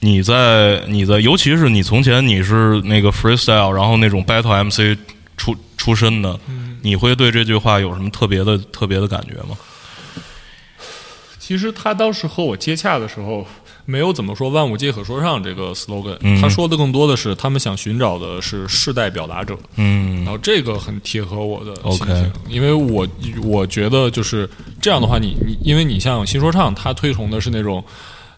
你在你在，尤其是你从前你是那个 freestyle，然后那种 battle MC 出出身的，你会对这句话有什么特别的特别的感觉吗？其实他当时和我接洽的时候，没有怎么说“万物皆可说唱”这个 slogan，、他嗯说的更多的是他们想寻找的是世代表达者，嗯然后这个很贴合我的心 OK 情因为我我觉得就是这样的话你，你因为你像新说唱，它推崇的是那种。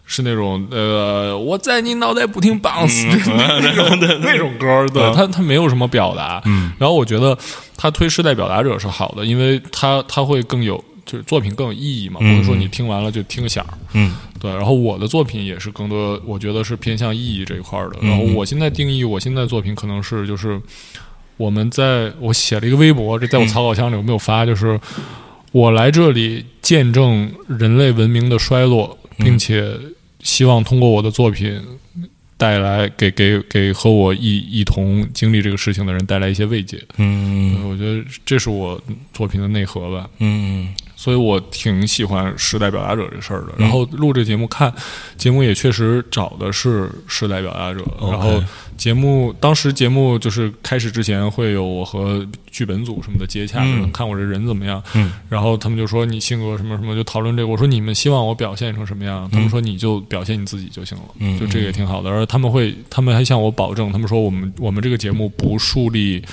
是那种呃，我在你脑袋不停 bounce、那嗯种那种歌儿，对，它它没有什么表达。嗯，然后我觉得它推世代表达者是好的，因为它它会更有就是作品更有意义嘛，不会说你听完了就听个响儿。嗯对，然后我的作品也是更多，我觉得是偏向意义这一块儿的。然后我现在定义我现在作品可能是就是我们在我写了一个微博，这在我草稿箱里我没有发，就是我来这里见证人类文明的衰落，并且希望通过我的作品带来给给给和我一一同经历这个事情的人带来一些慰藉。呃嗯我觉得这是我作品的内核吧。嗯所以我挺喜欢时代表达者这事儿的。然后录这节目看，节目也确实找的是时代表达者。 OK 然后节目当时节目就是开始之前会有我和剧本组什么的接洽，嗯就是看我这人怎么样。嗯然后他们就说你性格什么什么，就讨论这个。我说你们希望我表现成什么样？他们说你就表现你自己就行了，嗯就这个也挺好的。而他们会，他们还向我保证，他们说我们我们这个节目不树立。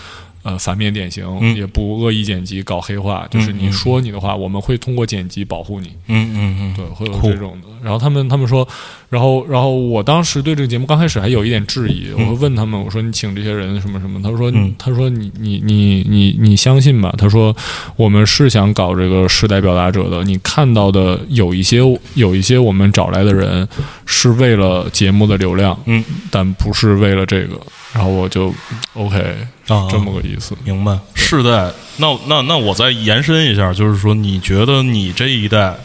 呃，反面典型、嗯也不恶意剪辑、搞黑化，就是你说你的话，我们会通过剪辑保护你，嗯嗯对，会有酷这种的。然后他们他们说，然后然后我当时对这个节目刚开始还有一点质疑，我会问他们，我说你请这些人什么什么？他说、嗯他说你你你你你相信吧？他说我们是想搞这个世代表达者的，你看到的有一些有一些我们找来的人是为了节目的流量，嗯但不是为了这个。然后我就 OK 啊这么个意思。明白世代。那那那我再延伸一下，就是说，你觉得你这一代，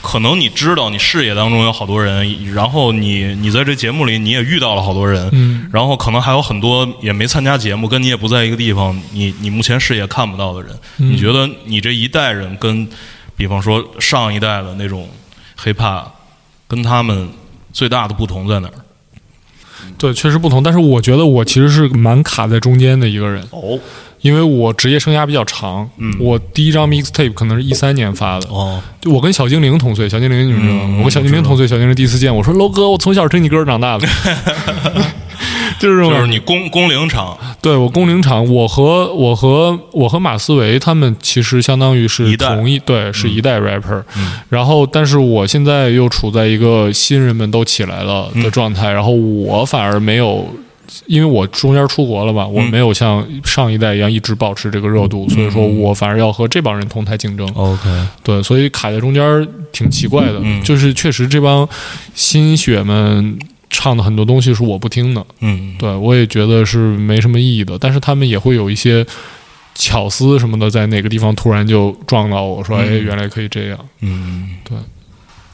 可能你知道你视野当中有好多人，然后你你在这节目里你也遇到了好多人，嗯，然后可能还有很多也没参加节目，跟你也不在一个地方，你你目前视野看不到的人，你觉得你这一代人跟，比方说上一代的那种 hiphop，跟他们最大的不同在哪儿？对，确实不同。但是我觉得我其实是蛮卡在中间的一个人。哦因为我职业生涯比较长，嗯我第一张 mixtape 可能是一三年发的，哦，就我跟小精灵同岁，小精灵你们知道吗？嗯我跟小精灵同岁，小精灵第一次见，我说楼哥，我从小听你歌长大 的， 就是这种就感觉是你工工龄场对我工龄场，我和我和我和马思唯他们其实相当于是一代嗯同一对，是一代 rapper、然后，但是我现在又处在一个新人们都起来了嗯的状态，然后我反而没有。因为我中间出国了嘛，嗯我没有像上一代一样一直保持这个热度，所以嗯说我反而要和这帮人同台竞争。 ，OK，对，所以卡在中间儿挺奇怪的，嗯就是确实这帮新血们唱的很多东西是我不听的，嗯对，我也觉得是没什么意义的。但是他们也会有一些巧思什么的，在哪个地方突然就撞到我说：“哎，原来可以这样。嗯，对。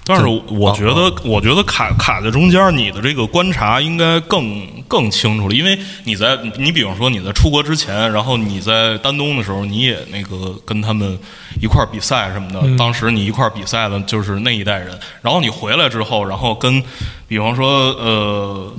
但是我觉得，我觉得卡卡在中间，你的这个观察应该更更清楚了，因为你在你比方说你在出国之前，然后你在丹东的时候，你也那个跟他们一块儿比赛什么的，当时你一块儿比赛的就是那一代人，然后你回来之后，然后跟比方说呃。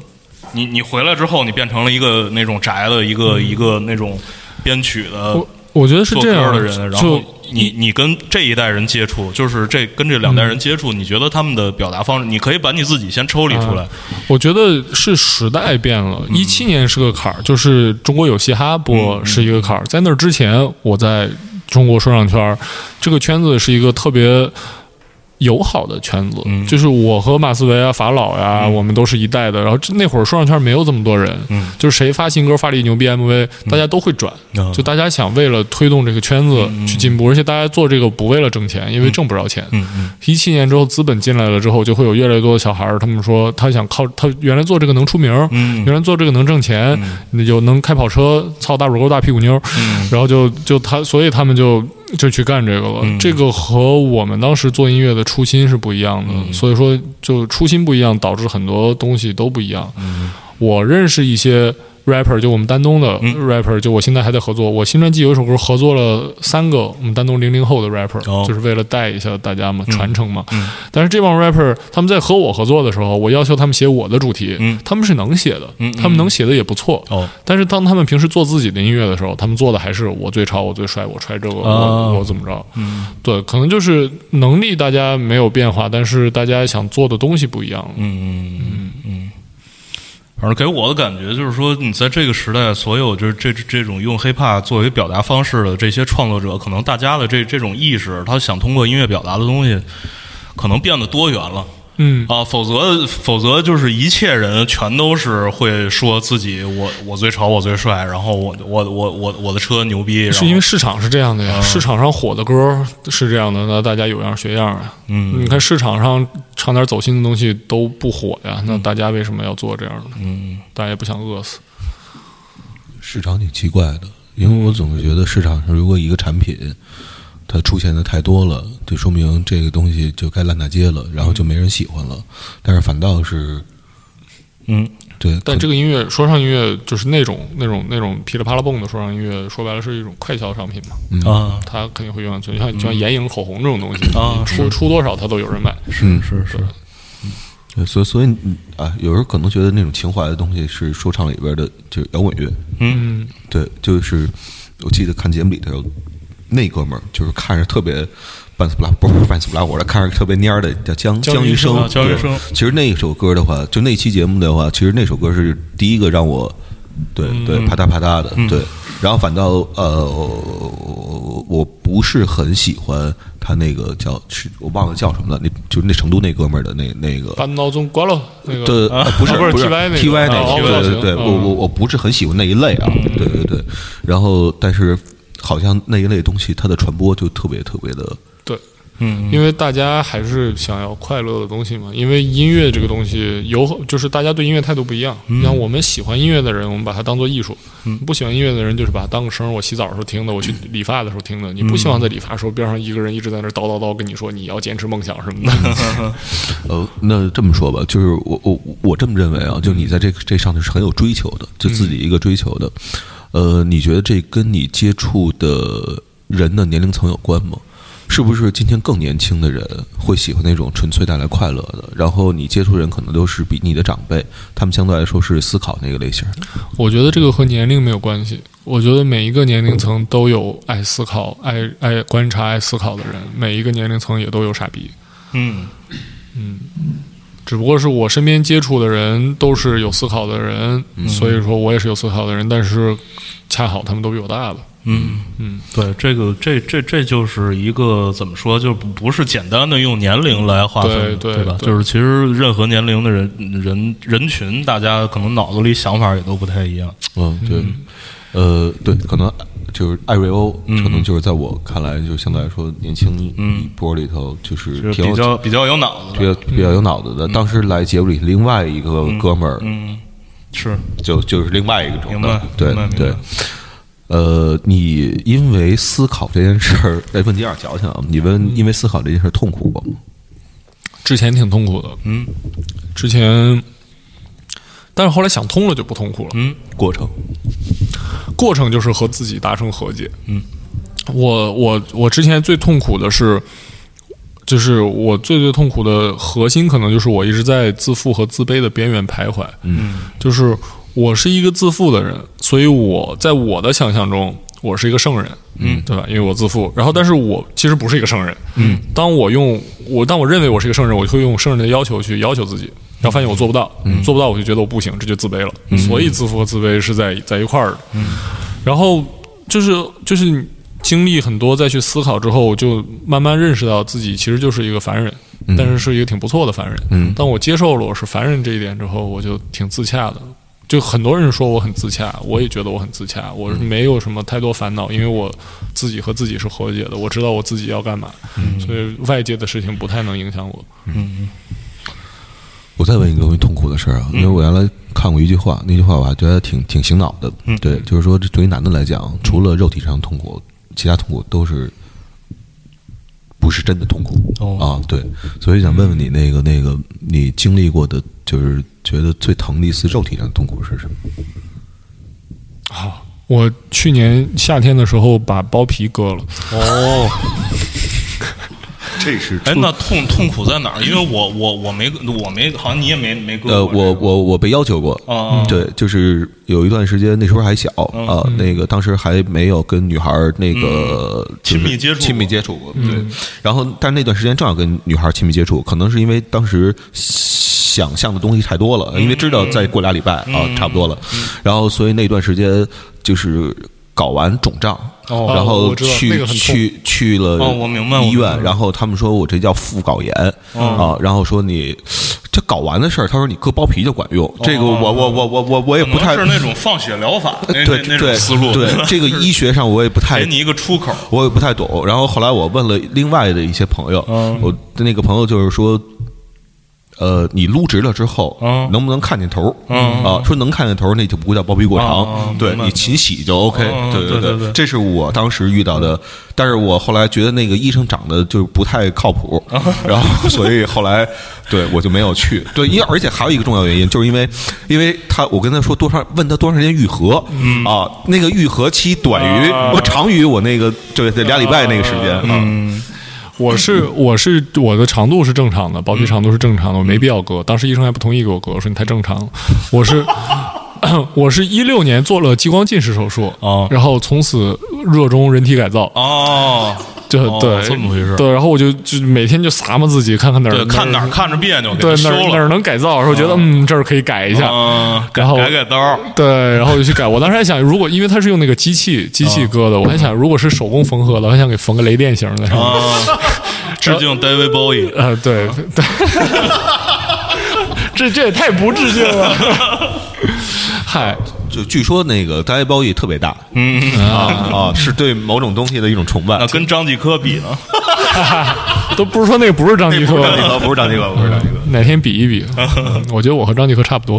你你回来之后，你变成了一个那种宅的一个、一个那种编曲的我我觉得是做这歌样的人，然后就嗯你你跟这一代人接触，就是这跟这两代人接触，你觉得他们的表达方式，你可以把你自己先抽离出来。我觉得是时代变了。嗯一七年是个坎儿，就是中国有嘻哈播是一个坎儿，在那之前，我在中国说唱圈儿这个圈子是一个特别。友好的圈子，嗯就是我和马思唯啊、法老呀、我们都是一代的。然后这那会儿说唱圈没有这么多人，嗯就是谁发新歌、发了一牛逼 MV，大家都会转。嗯啊就大家想为了推动这个圈子嗯嗯去进步，而且大家做这个不为了挣钱，因为挣不着钱。嗯嗯一七年之后，资本进来了之后，就会有越来越多的小孩儿，他们说他想靠他原来做这个能出名儿，嗯原来做这个能挣钱，那就能开跑车，操大乳沟大屁股妞儿，嗯然后就就他，所以他们就就去干这个了。嗯这个和我们当时做音乐的初心是不一样的，嗯所以说就初心不一样，导致很多东西都不一样。嗯我认识一些 rapper 就我们丹东的 rapper，就我现在还在合作。我新专辑有一首歌合作了三个我们丹东零零后的 rapper，哦嗯就是为了带一下大家嘛，传承嘛。但是这帮 rapper 他们在和我合作的时候，我要求他们写我的主题嗯，他们是能写的嗯嗯，他们能写的也不错。哦，但是当他们平时做自己的音乐的时候，他们做的还是我最潮，我最帅，我揣这个，啊我我怎么着？嗯对，可能就是能力大家没有变化，但是大家想做的东西不一样了。嗯嗯嗯，反正给我的感觉就是说，你在这个时代，所有就是这这这种用 hiphop 作为表达方式的这些创作者，可能大家的这这种意识，他想通过音乐表达的东西，可能变得多元了。嗯，啊，否则否则就是一切人全都是会说自己我我最潮我最帅，然后我我我我我的车牛逼，然后嗯是因为市场是这样的呀，市场上火的歌是这样的，那大家有样学样啊。嗯你看市场上唱点走心的东西都不火呀，那大家为什么要做这样的？嗯大家也不想饿死。市场挺奇怪的，因为我总是觉得市场上如果一个产品它出现的太多了，就说明这个东西就该烂大街了，然后就没人喜欢了。但是反倒是嗯对，但这个音乐，说唱音乐就是那种那种那种噼里啪啦蹦的说唱音乐，说白了是一种快消商品嘛，啊它肯定会永远存在。就像就像眼影、口红这种东西，嗯啊你出出多少它都有人买。嗯是是对所以所以你啊，有时候可能觉得那种情怀的东西是说唱里边的，就是摇滚乐。嗯对，就是我记得看节目里头，那哥们儿就是看着特别半死不拉不是半死不拉活的，看着特别蔫儿的叫江江江余余生生啊。江余对生其实那首歌的话，就那期节目的话，其实那首歌是第一个让我对嗯对啪嗒啪嗒的对，然后反倒呃我我不是很喜欢他那个叫是我忘了叫什么了，那就是那成都那哥们儿的那那个搬刀总关了那个。对，呃不是啊不是是 TY 那个 T Y 啊那哦个，对对哦对，哦我我我不是很喜欢那一类啊，嗯对对对。然后，但是好像那一类东西，它的传播就特别特别的，对，嗯因为大家还是想要快乐的东西嘛。因为音乐这个东西有，就是大家对音乐态度不一样。嗯你像我们喜欢音乐的人，我们把它当做艺术；不喜欢音乐的人，就是把它当个声儿。我洗澡的时候听的，我去理发的时候听的。你不希望嗯在理发的时候边上一个人一直在那儿叨叨叨跟你说你要坚持梦想什么 的。呃，那这么说吧，就是我我我这么认为啊，就你在这个这上头是很有追求的，就自己一个追求的。呃，你觉得这跟你接触的人的年龄层有关吗？是不是今天更年轻的人会喜欢那种纯粹带来快乐的？然后你接触人可能都是比你的长辈，他们相对来说是思考那个类型。我觉得这个和年龄没有关系。我觉得每一个年龄层都有爱思考、爱爱观察、爱思考的人，每一个年龄层也都有傻逼。嗯只不过是我身边接触的人都是有思考的人，所以说我也是有思考的人，但是恰好他们都比我大吧。嗯嗯，对，这个这这这就是一个怎么说，就不不是简单的用年龄来划分的，对对吧？对就是其实任何年龄的人人人群，大家可能脑子里想法也都不太一样。嗯，对，呃，对，可能就是艾瑞欧，可能就是在我看来，就相对来说年轻一波里头，嗯就是就是挺有比较比较有脑子比的，较比较有脑子的。当时来节目里，另外一个哥们儿，嗯，是就就是另外一个种明白的，对明白明对白。呃，你因为思考这件事儿，哎，问题有点矫情啊。你们因为思考这件事儿痛苦过吗？之前挺痛苦的，嗯之前，但是后来想通了就不痛苦了。嗯过程，过程就是和自己达成和解。嗯，我我我之前最痛苦的是，就是我最最痛苦的核心，可能就是我一直在自负和自卑的边缘徘徊。嗯，就是我是一个自负的人，所以我在我的想象中，我是一个圣人。嗯，对吧？因为我自负，然后但是我其实不是一个圣人。嗯，当我用我当我认为我是一个圣人，我就会用圣人的要求去要求自己，然后发现我做不到，做不到我就觉得我不行，这就自卑了。所以自负和自卑是在在一块儿的。然后就是就是经历很多再去思考之后，我就慢慢认识到自己其实就是一个凡人，但是是一个挺不错的凡人。嗯当我接受了我是凡人这一点之后，我就挺自洽的。就很多人说我很自洽，我也觉得我很自洽，我是没有什么太多烦恼，因为我自己和自己是和解的，我知道我自己要干嘛，所以外界的事情不太能影响我。我再问一个关于痛苦的事儿啊，因为我原来看过一句话，那句话我还觉得挺挺醒脑的。嗯对，就是说，这对于男的来讲，除了肉体上的痛苦，其他痛苦都是不是真的痛苦、哦啊？对，所以想问问你，那个那个，你经历过的，就是觉得最疼的一次肉体上的痛苦是什么？啊，我去年夏天的时候把包皮割了，哦，这是哎，那痛痛苦在哪儿？因为我我我没我没，好像你也没没割呃，过我这个。我我被要求过，哦嗯对，就是有一段时间，那时候还小啊，那个当时还没有跟女孩儿那个就是嗯亲密接触过亲密接触过，对。然后，但是那段时间正好跟女孩儿亲密接触，可能是因为当时想象的东西太多了，因为知道嗯再过俩礼拜啊，差不多了。然后，所以那段时间就是搞完肿胀。哦然后我知道去、那个很痛去去了哦我明白我医明白哦院，然后他们说我这叫副睾炎、啊，然后说你这睾丸的事儿，他说你割包皮就管用，这个我我我我我我也哦啊可不能太是那种放血疗 法，那对那那种对思路， 对这个医学上我也不太给你一个出口。我也不太懂。然后后来我问了另外的一些朋友，嗯我的那个朋友就是说。呃，你撸直了之后，嗯能不能看见头儿？嗯啊，说能看见头儿，那就不叫包皮过长。哦哦对明白你勤洗就 OK、哦对对对对对这是我当时遇到的。但是我后来觉得那个医生长得就不太靠 谱，然后所以后来对我就没有去。对，因为而且还有一个重要原因，就是因为因为他我跟他说多长，问他多长时间愈合、啊，那个愈合期短于、不长于我那个就是俩礼拜那个时间。啊我是我是我的长度是正常的，包嗯皮长度是正常的，我没必要割。当时医生还不同意给我割，我说你太正常了。我 是我是一六年做了激光近视手术，哦然后从此热衷人体改造，哦，就哦对这么回事对，然后我就就每天就撒嘛自己，看看哪儿对，看哪儿儿看着别扭，给对它哪修儿哪儿了，能改造，然后觉得嗯这儿可以改一下，嗯，改然后改改刀儿，对，然后就去改。我当时还想，如果因为它是用那个机器机哦器割的，我还想如果是手工缝合的，我还想给缝个雷电型的。啊，致敬 David Bowie。呃，对对，这这也太不致敬了。嗨，就据说那个大家包也特别大，嗯啊啊，是对某种东西的一种崇拜那。跟张继科比呢？都不是说那个不是张继科，张继科不是张继科，不是张继科。哪天比一比？嗯我觉得我和张继科差不多，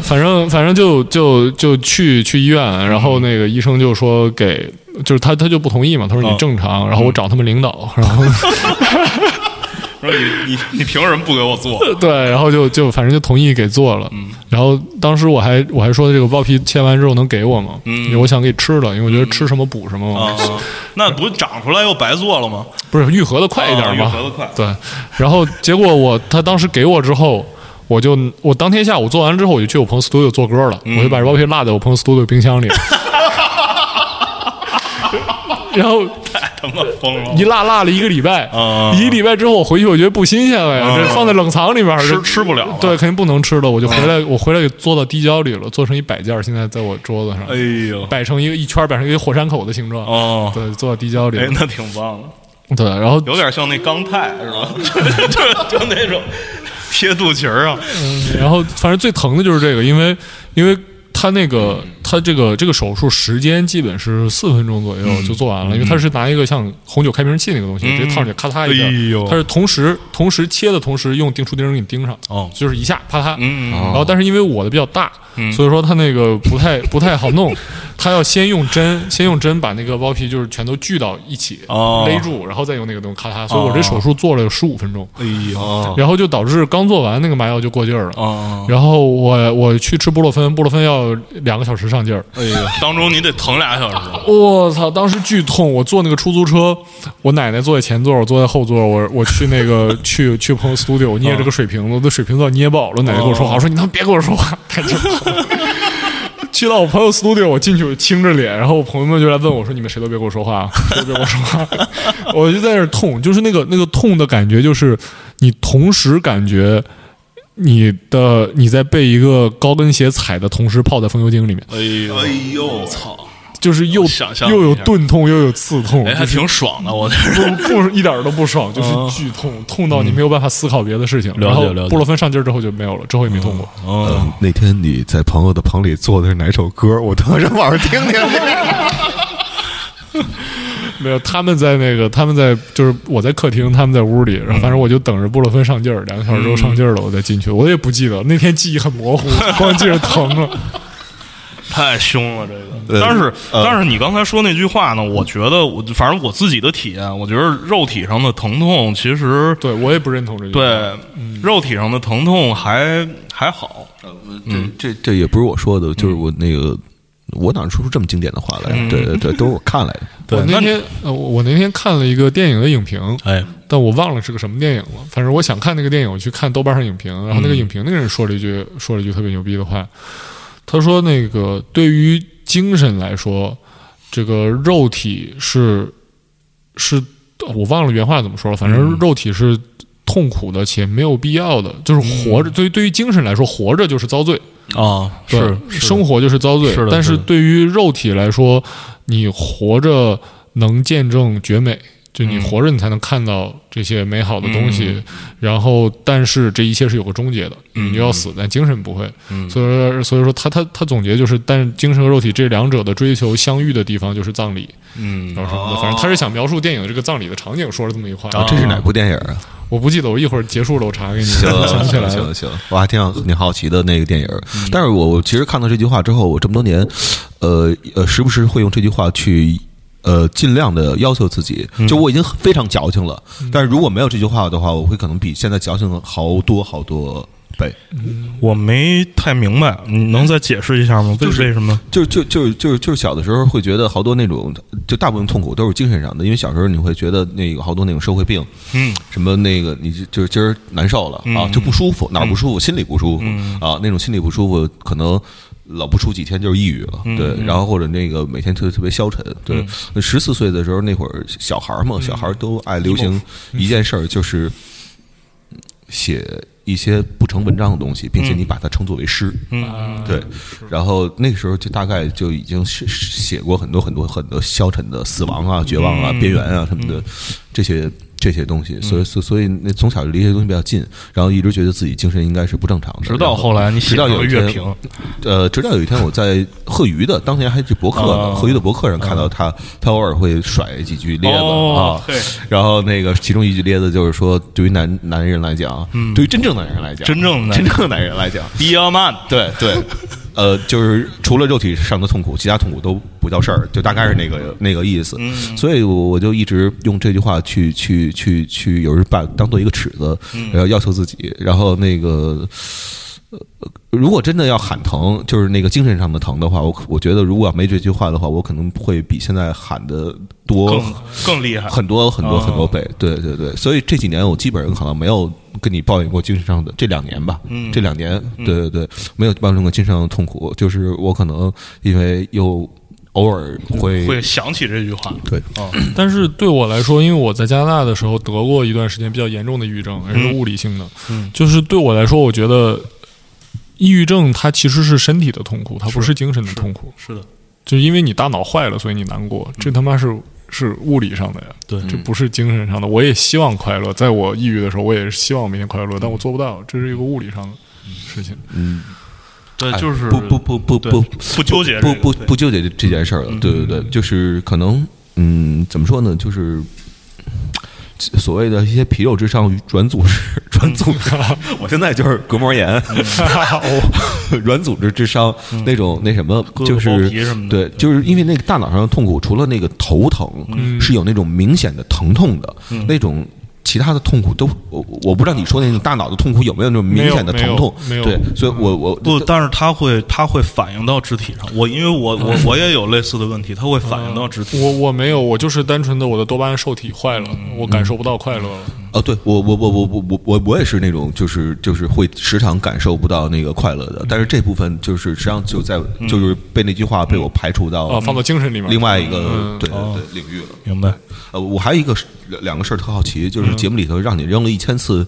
反正反正就就就去去医院，然后那个医生就说给，就是他他就不同意嘛，他说你正常，然后我找他们领导，然后。说你你你凭什么不给我做？对，然后就就反正就同意给做了。然后当时我还我还说这个包皮切完之后能给我吗？因为我想给吃了，因为我觉得吃什么补什么嘛， 啊，那不长出来又白做了吗？不是愈合的快一点嘛。啊愈合得快对，然后结果我他当时给我之后。我就我当天下午做完之后，我就去我朋友 studio 做歌了，嗯我就把这包皮落在我朋友 studio 冰 箱里， 然后太他妈疯了！一落落了一个礼拜，啊一个礼拜之后我回去我觉得不新鲜了呀，这放在冷藏里面吃啊这吃不了了。对，肯定不能吃了。我就回来，我回来给做到滴胶里了，做成一摆件儿，现在在我桌子上，哎呦，摆成一个一圈儿，摆成一个火山口的形状。哦对，做到滴胶里哎了，，那挺棒的，对，然后有点像那钢泰是吧？ 就就那种贴肚脐儿啊。然后反正最疼的就是这个，因为因为他那个他这个这个手术时间基本是四分钟左嗯右就做完了，因为他是拿一个像红酒开瓶器那个东西，直接套上去咔嚓一哎下呦，他是同时同时切的同时用钉书钉给你钉上，哦就是一下啪嗒，嗯然后但是因为我的比较大，所以说他那个不太不太好弄，他要先用针先用针把那个包皮就是全都锯到一起哦勒住，然后再用那个东西咔嚓，所以我这手术做了有十五分钟，哎呦，然后就导致刚做完那个麻药就过劲儿了。哦，然后我我去吃布洛芬，布洛芬要两个小时上劲儿，哎呦，当中你得疼俩小时。我操，当时剧痛！我坐那个出租车，我奶奶坐在前座，我坐在后座，我我去那个去去朋友 studio 我捏这个水瓶子，我的水瓶子要捏爆了，我奶奶跟我说话，我说你他妈别跟我说话，太痛了。去到我朋友 studio，我进去我青着脸，然后我朋友们就来问我说：“你们谁都别跟我说话啊，谁都别跟我说话。”我就在那儿痛，就是那个那个痛的感觉，就是你同时感觉你的你在被一个高跟鞋踩的同时泡在风油精里面，哎呦，哎呦，操！就是又想象又有一下钝痛又有刺痛，哎，还就是挺爽的，我这不不一点儿都不 爽，就是剧痛，痛到你没有办法思考别的事情。解然后了解布洛芬上劲儿之后就没有了，之后也没痛过。哦，嗯那天你在朋友的棚里做的是哪首歌？我当时晚上听听。没嗯有，他们在那个，他们在就是我在客厅，他们在屋里，然后反正我就等着布洛芬上劲儿，两个小时之后上劲儿了，我再进去。我也不记得那天记忆很模糊， 光记着疼了。 太凶了这个。呃但是，嗯呃但是你刚才说那句话呢，我觉得我反正我自己的体验，我觉得肉体上的疼痛其实对我也不认同这句话。对嗯肉体上的疼痛还还好。呃嗯嗯这这这也不是我说的，就是我那个我哪说出这么经典的话来？啊嗯对对对，都是我看来的。对我那那你天呃，我我那天看了一个电影的影评，哎，但我忘了是个什么电影了。反正我想看那个电影，我去看豆瓣上影评，然后那个影评那个人说了一句，说了一句特别牛逼的话，他说那个对于精神来说，这个肉体是是我忘了原话怎么说了，反正肉体是痛苦的且没有必要的，就是活着。对于对于精神来说，活着就是遭罪。啊，是对是生活就是遭罪是的但是是的对于肉体来说，你活着能见证绝美，就你嗯活着你才能看到这些美好的东西。嗯然后，但是这一切是有个终结的，你就要死，但精神不会。嗯所以说，所以说他他他总结就是，但是精神和肉体这两者的追求相遇的地方就是葬礼，嗯然后什么的。反正他是想描述电影这个葬礼的场景，说了这么一话。啊，这是哪部电影 啊？我不记得，我一会儿结束了我查给你。行 想不起来行了。嗯行行，我还挺好挺好奇的那个电影儿，但是我我其实看到这句话之后，我这么多年，呃呃，时不时会用这句话去。呃，尽量的要求自己，嗯就我已经非常矫情了。但是如果没有这句话的话，我会可能比现在矫情了好多好多倍。我没太明白，你能再解释一下吗？为就是为什么？就就就就就是小的时候会觉得好多那种，就大部分痛苦都是精神上的，因为小时候你会觉得那个好多那种社会病，嗯，什么那个你就就是今儿难受了啊，嗯就不舒服，哪儿不舒服？心里不舒服啊，那种心里不舒服可能。老不出几天就是抑郁了，对，然后或者那个每天特特别消沉，对。那十四岁的时候，那会儿小孩儿嘛，小孩儿都爱流行一件事儿，就是写一些不成文章的东西，并且你把它称作为诗，啊嗯对，然后那个时候就大概就已经是是写过很多很多很多消沉的死亡啊、绝望啊、嗯边缘啊什么的这些这些东西，所以所以所以那从小就离这些东西比较近，然后一直觉得自己精神应该是不正常的。直到然后来你写直到了有个一乐天评，呃，直到有一天我在贺鱼的当年还是博客呢，啊贺鱼的博客上看到他，他偶尔会甩几句咧子啊哦，对，然后那个其中一句咧子就是说，对于男男人来讲，对于真正的男人来讲，嗯真正的真正的男人来讲。比尔曼，对对，呃，就是除了肉体上的痛苦，其他痛苦都不叫事儿，就大概是那个那个意思。所以我我就一直用这句话去去去去，有时把当做一个尺子，然后要求自己，然后那个。呃如果真的要喊疼，就是那个精神上的疼的话，我可我觉得如果要没这句话的话，我可能会比现在喊的多更更厉害，很多很多哦很多倍，对对对，所以这几年我基本上可能没有跟你抱怨过精神上的，这两年吧，嗯这两年，对对对，没有抱怨过精神上的痛苦，就是我可能因为又偶尔会会想起这句话。对但是对我来说，因为我在加拿大的时候得过一段时间比较严重的抑郁症，而是物理性的。嗯就是对我来说，我觉得抑郁症它其实是身体的痛苦，它不是精神的痛苦。是的，就因为你大脑坏了，所以你难过，这他妈是是物理上的呀，对这不是精神上的。我也希望快乐，在我抑郁的时候，我也是希望每天快乐，嗯但我做不到，这是一个物理上的事情。对，哎就是不 不不不对不不纠结不这个不对嗯不纠结这这件事儿了，对对对，就是可能嗯，怎么说呢，就是。所谓的一些皮肉之伤与软组织，软组 织，我现在就是隔膜炎，嗯哦 软组织之伤嗯那种那什么，个就包是皮什么的对，就是因为那个大脑上的痛苦，除了那个头疼，嗯是有那种明显的疼痛的，那种其他的痛苦都，我我不知道你说那种大脑的痛苦有没有那种明显的没有疼痛，没有没对有，所以我我不，但是它会它会反映到肢体上。我因为我我我也有类似的问题，它会反映到肢体。我我没有，我就是单纯的我的多巴胺受体坏了，嗯我感受不到快乐了。哦，对我我我我我我我我也是那种，就是就是会时常感受不到那个快乐的，嗯但是这部分就是实际上就在就是被那句话被我排除啊，到嗯放到嗯哦精神里面，另外一个对对对领域了。明白？呃，我还有一个事两两个事儿特好奇，就是嗯节目里头让你扔了一千次，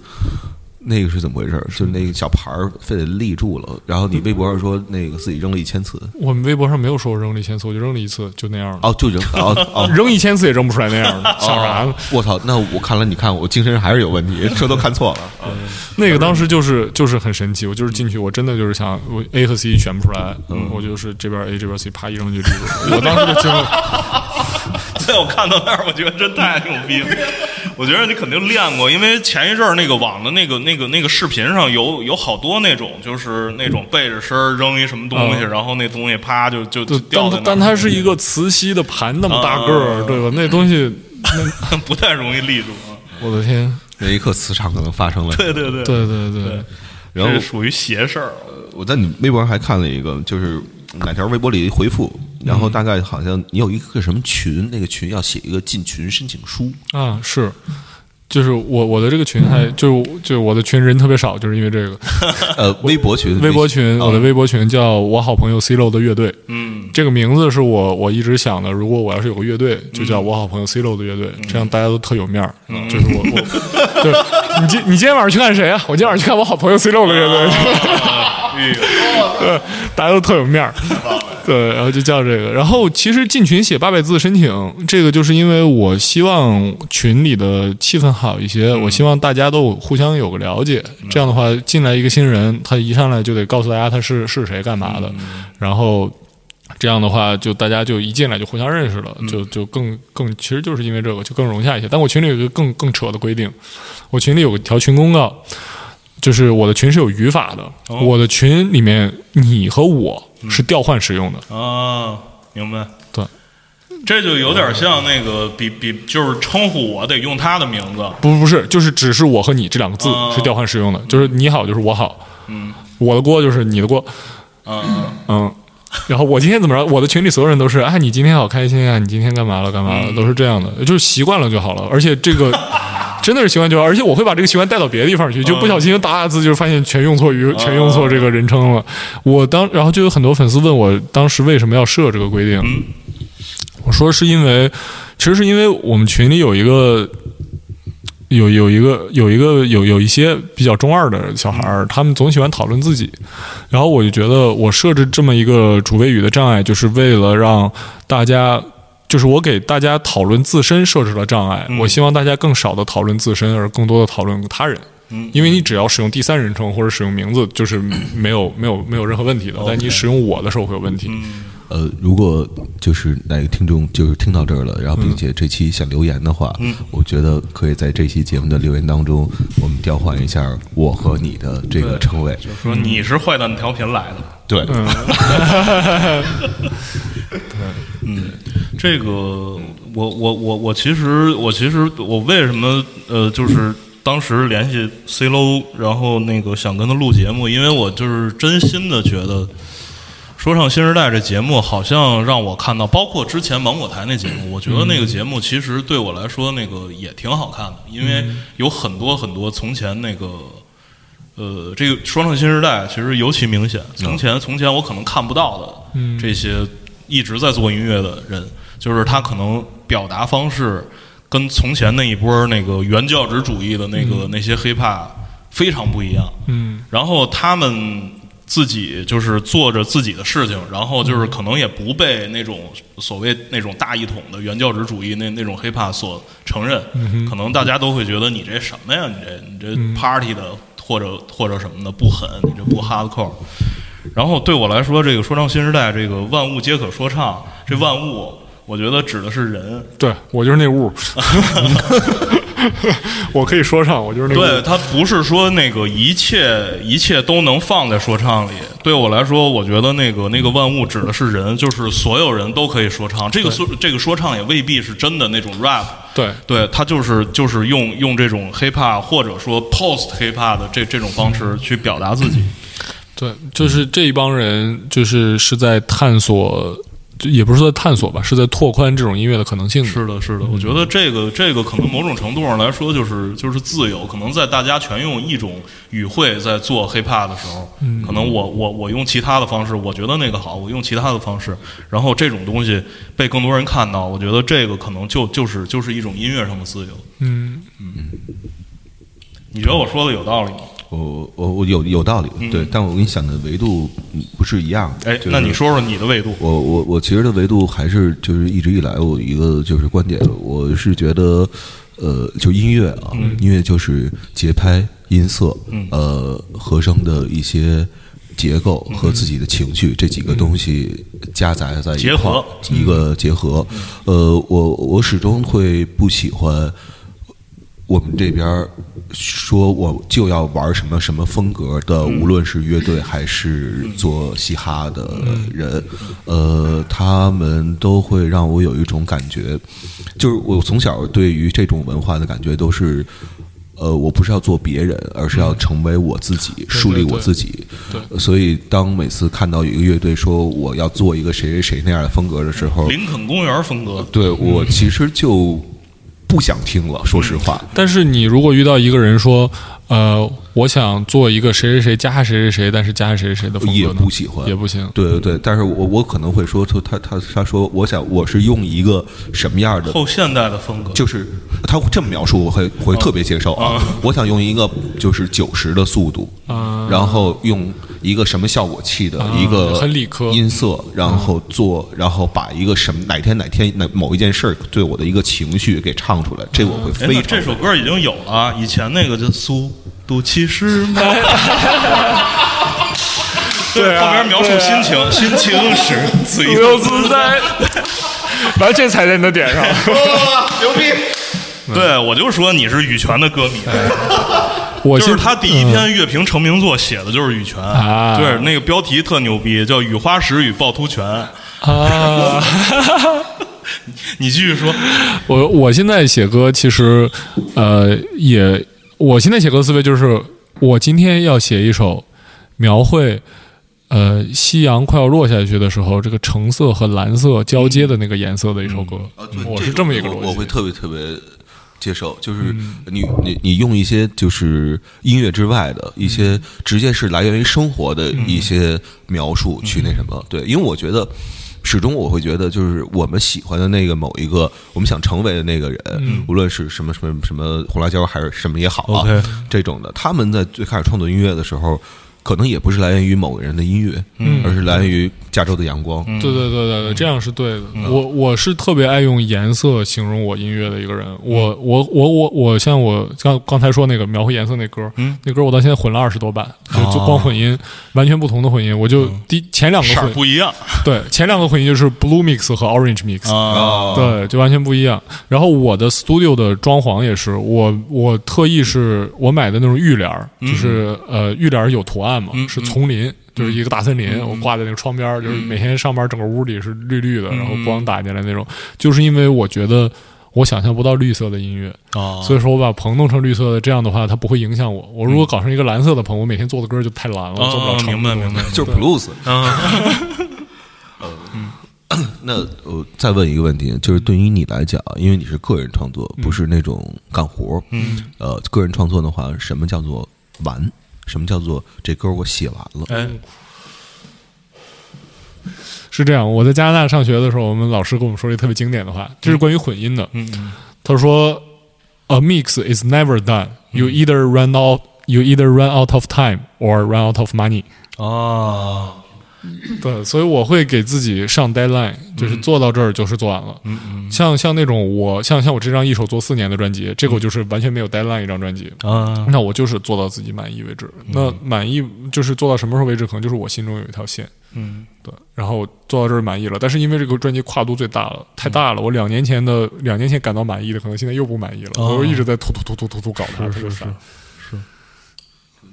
那个是怎么回事儿？就是那个小牌儿非得立住了，然后你微博上说那个自己扔了一千次，我们微博上没有说我扔了一千次，我就扔了一次，就那样了。哦，就扔，哦 哦。扔一千次也扔不出来那样的，想啥呢？我操！那我看来，你看我精神还是有问题，这都看错了。那个当时就是就是很神奇，我就是进去，我真的就是想我 A 和 C 选不出来，我就是这边 A 这边 C 啪一扔就立住了。我当时就惊了， 对，我看到那儿，我觉得真太牛逼了。我觉得你肯定练过，因为前一阵儿那个网的那个那个那个视频上有有好多那种，就是那种背着身儿扔一什么东西，然后那东西啪就就就就掉在嗯但那儿但它是一个磁吸的盘那么大个儿，对吧？那东西， 不太容易立住。啊。我的天！那一刻磁场可能发生了。对对对，对对对，然后这是属于邪事儿。我在你微博上还看了一个，就是哪条微博里回复，然嗯后大概好像你有一个什么群，那个群要写一个进群申请书，啊，是，就是我我的这个群还就是就我的群人特别少，就是因为这个呃，微博群，微博群，哦啊我的微博群叫我好朋友 C 罗的乐队，嗯，这个名字是我我一直想的，如果我要是有个乐队，就叫我好朋友 C 罗的乐队，这样大家都特有面儿，就是我 我，对你今你今天晚上去看谁啊？我今天晚上去看我好朋友 C 罗的乐队。哎对，大家都特有面儿。 对，然后就叫这个。然后其实进群写八百字申请，这个就是因为我希望群里的气氛好一些，我希望大家都互相有个了解。这样的话，进来一个新人，他一上来就得告诉大家他是是谁干嘛的，然后。这样的话，就大家就一进来就互相认识了，就就更更，其实就是因为这个就更融洽一些。但我群里有一个更更扯的规定，我群里有一条群公告，就是我的群是有语法的，哦我的群里面你和我是调换使用的，啊，明白。对，这就有点像那个比比，就是称呼我得用他的名字。不不是，就是只是我和你这两个字哦是调换使用的，就是你好就是我好，我的锅就是你的锅，啊，嗯。然后我今天怎么着？我的群里所有人都是，哎，你今天好开心啊！你今天干嘛了？干嘛了？都是这样的，就是习惯了就好了。而且这个真的是习惯就好，而且我会把这个习惯带到别的地方去，就不小心打打字，就是发现全用错语，全用错这个人称了。我当然后就有很多粉丝问我当时为什么要设这个规定，我说是因为，其实是因为我们群里有一个。有有一个有一个有有一些比较中二的小孩儿，他们总喜欢讨论自己，然后我就觉得我设置这么一个主谓语的障碍，就是为了让大家，就是我给大家讨论自身设置了障碍。嗯我希望大家更少的讨论自身，而更多的讨论他人。嗯因为你只要使用第三人称或者使用名字，就是没有没有没有任何问题哦的。但你使用我的时候会有问题。嗯呃，如果就是哪个听众就是听到这儿了，然后并嗯且这期想留言的话，我觉得可以在这期节目的留言当中，我们调换一下我和你的这个称谓。说嗯你是坏蛋调频来的。对，这个，我我我我其实我其实我为什么呃，就是当时联系 C LO，然后那个想跟他录节目，因为我就是真心的觉得。说唱新时代这节目好像让我看到，包括之前芒果台那节目，我觉得那个节目其实对我来说那个也挺好看的，因为有很多很多从前那个，呃，这个说唱新时代其实尤其明显，从前从前我可能看不到的嗯这些一直在做音乐的人，就是他可能表达方式跟从前那一波那个原教旨主义的那个那些 hiphop 非常不一样，嗯然后他们自己就是做着自己的事情，然后就是可能也不被那种所谓那种大一统的原教旨主义那那种 hiphop 所承认，可能大家都会觉得你这什么呀，你这你这 party 的或者或者什么的不狠，你这不 hardcore。然后对我来说，这个说唱新时代，这个万物皆可说唱，这万物，我觉得指的是人，对我就是那 屋， 我可以说上，我就是那对屋。它不是说那个一切一切都能放在说唱里。对我来说，我觉得那个那个万物指的是人，就是所有人都可以说唱。这个说这个说唱也未必是真的那种 rap。对对，它就是就是用用这种 hiphop 或者说 post hiphop 的这这种方式去表达自己。对，就是这一帮人，就是是在探索，就也不是在探索吧，是在拓宽这种音乐的可能性的。是的，是的，我觉得这个这个可能某种程度上来说就是就是自由，可能在大家全用一种语汇在做 hiphop 的时候，可能我我我用其他的方式，我觉得那个好，我用其他的方式，然后这种东西被更多人看到，我觉得这个可能就就是就是一种音乐上的自由。嗯，你觉得我说的有道理吗？我我我有有道理，对，但我跟你想的维度嗯不是一样嗯的。哎就是，那你说说你的维度。我我我其实的维度还是就是一直以来我一个就是观点，我是觉得，呃，就音乐啊，嗯音乐就是节拍、音色，呃，和声的一些结构嗯和自己的情绪、这几个东西夹杂在一结块合嗯儿，一个结合。呃，我我始终会不喜欢。我们这边儿说我就要玩什么什么风格的，无论是乐队还是做嘻哈的人，呃，他们都会让我有一种感觉，就是我从小对于这种文化的感觉都是。呃，我不是要做别人，而是要成为我自己，树立我自己。对，所以当每次看到有一个乐队说我要做一个谁谁谁那样的风格的时候，林肯公园风格，对我其实就不想听了，说实话。但是你如果遇到一个人说，呃，我想做一个谁谁谁加谁谁谁，但是加谁谁谁的风格呢也不喜欢也不行。对对对，但是我我可能会说出他他他说，我想我是用一个什么样的后现代的风格，就是他这么描述，我会会特别接受啊。我想用一个就是九十的速度，然后用一个什么效果器的一个很理科音色，然后做，然后把一个什么哪天哪天哪某一件事儿对我的一个情绪给唱出来，这我会哎，那非常这首歌已经有了啊，以前那个叫《苏度其实》， 对，啊啊后边描述心情，心情使自 自由由自啊在， 完全踩在你的点上。嗯牛逼。对，我就说你是羽泉的歌迷，哎我就是现他第一篇乐评成名作写的就是羽泉，啊对，那个标题特牛逼，叫《雨花石与趵突泉》。啊，你继续说，我我现在写歌其实，呃，也我现在写歌思维就是，我今天要写一首描绘。呃，夕阳快要落下去的时候，这个橙色和蓝色交接的那个颜色的嗯一首歌，嗯哦我是这么一个逻辑。嗯我会特别特别接受，就是你你你用一些就是音乐之外的一嗯些直接是来源于生活的一些描嗯述去那什么，对，因为我觉得。始终我会觉得，就是我们喜欢的那个某一个，我们想成为的那个人，嗯无论是什么什么什么红辣椒还是什么也好啊 OK 这种的，他们在最开始创作音乐的时候，可能也不是来源于某个人的音乐，嗯而是来源于加州的阳光，嗯对对对对对，这样是对的。我我是特别爱用颜色形容我音乐的一个人。嗯我我我我我像我刚刚才说那个描绘颜色那歌，嗯那歌我到现在混了二十多版，就哦就光混音，完全不同的混音。我就第前两个嗯色儿混不一样对前两个混音就是 blue mix 和 orange mix，啊，对，就完全不一样。然后我的 studio 的装潢也是，我我特意是我买的那种浴帘儿，嗯就是呃浴帘儿有图案嘛，是丛林，嗯就是一个大森林，我挂在那个窗边儿，就是每天上班整个屋里是绿绿嗯的，然后光打进来那种，就是因为我觉得。我想象不到绿色的音乐，哦所以说我把棚弄成绿色的，这样的话它不会影响我。我如果搞成一个蓝色的棚，我每天做的歌就太蓝了，我做不了哦长度。明白明白就是 blues。啊，那我再问一个问题，就是对于你来讲，因为你是个人创作，不是那种干活嗯，呃，个人创作的话，什么叫做完？什么叫做这歌我写完了？哎，是这样，我在加拿大上学的时候，我们老师跟我们说了一个特别经典的话，这是关于混音的。嗯嗯他说：“A mix is never done. You Mm. either run out, you either run out of time or run out of money。啊，”对，所以我会给自己上 deadline，就是做到这儿就是做完了。嗯嗯像像那种我像像我这张一手做四年的专辑，这嗯个我就是完全没有 deadline 一张专辑，啊，那我就是做到自己满意为止。那满意就是做到什么时候为止，可能就是我心中有一条线。嗯对，然后做到这儿满意了，但是因为这个专辑跨度最大了，嗯太大了。我两年前的两年前感到满意的，可能现在又不满意了。哦我又一直在突突突突突突搞它，是特别是烦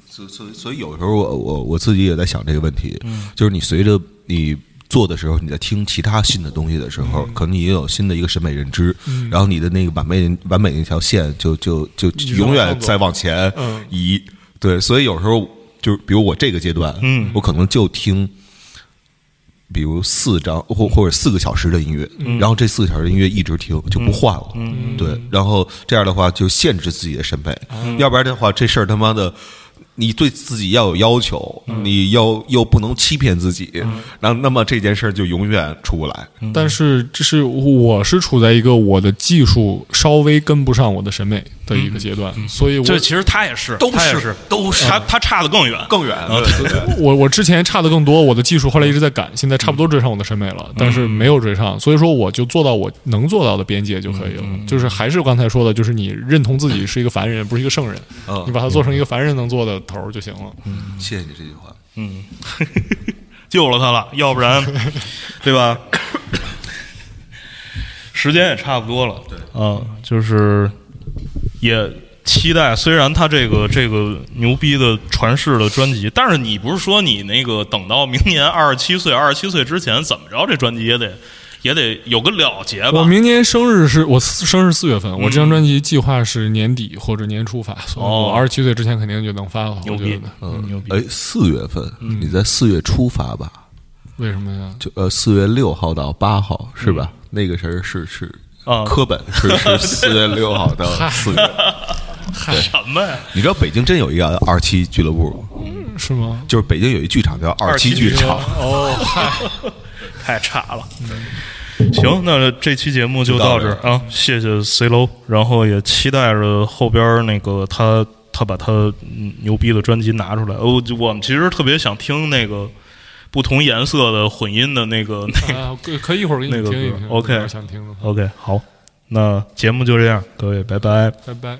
所所以所以有时候我我我自己也在想这个问题，嗯就是你随着你做的时候，你在听其他新的东西的时嗯候，可能你也有新的一个审美认知，然后你的那个完美完美那条线就就就直往永上远走在往前嗯移。对，所以有时候就是比如我这个阶段，嗯我可能就听。比如四张或或者四个小时的音乐，然后这四个小时的音乐一直听就不换了，对，然后这样的话就限制自己的审美，要不然的话这事儿他妈的。你对自己要有要求，你要又不能欺骗自己，然后那么这件事儿就永远出不来。嗯但是这是我是处在一个我的技术稍微跟不上我的审美的一个阶段，所以我嗯这其实他也是，都他也是是，都是他他差的更远，呃更远，对对 我我之前差的更多，我的技术后来一直在赶，现在差不多追上我的审美了，但是嗯没有追上，所以说我就做到我能做到的边界就可以了。嗯就是还是刚才说的，就是你认同自己是一个凡人，不是一个 圣人，嗯你把它做成一个凡人能做的头儿就行了。嗯谢谢你这句话。 救了他了，要不 然，对吧？时间也差不多了，对，啊，就是也期待，虽然他这个这个牛逼的传世的专辑，但是你不是说你那个等到明年二十七岁，二十七岁之前怎么着，这专辑也得也得有个了结吧。我明年生日是我四生日四月份，我这张专辑计划是年底或者年初发，所以我二十七岁之前肯定就能发了。哦牛我逼觉得，嗯，牛逼！哎，四月份，你在四月初发吧？为什么呀？就呃，四月六号到八号是吧？那个谁是是啊嗯科本是 是四月六号到四月。哎什么呀？你知道北京真有一个二七俱乐部吗，是吗？就是北京有一剧场叫二七剧场，哦，嗨， 太差了。嗯行，那这期节目就到这儿啊，谢谢 C 楼，然后也期待着后边儿那个他他把他嗯牛逼的专辑拿出来。我我们其实特别想听那个不同颜色的混音的那个那 个。啊可可以一会儿给你那个听一歌听，OK 我想听的话， OK，好，那节目就这样，各位拜拜。拜拜。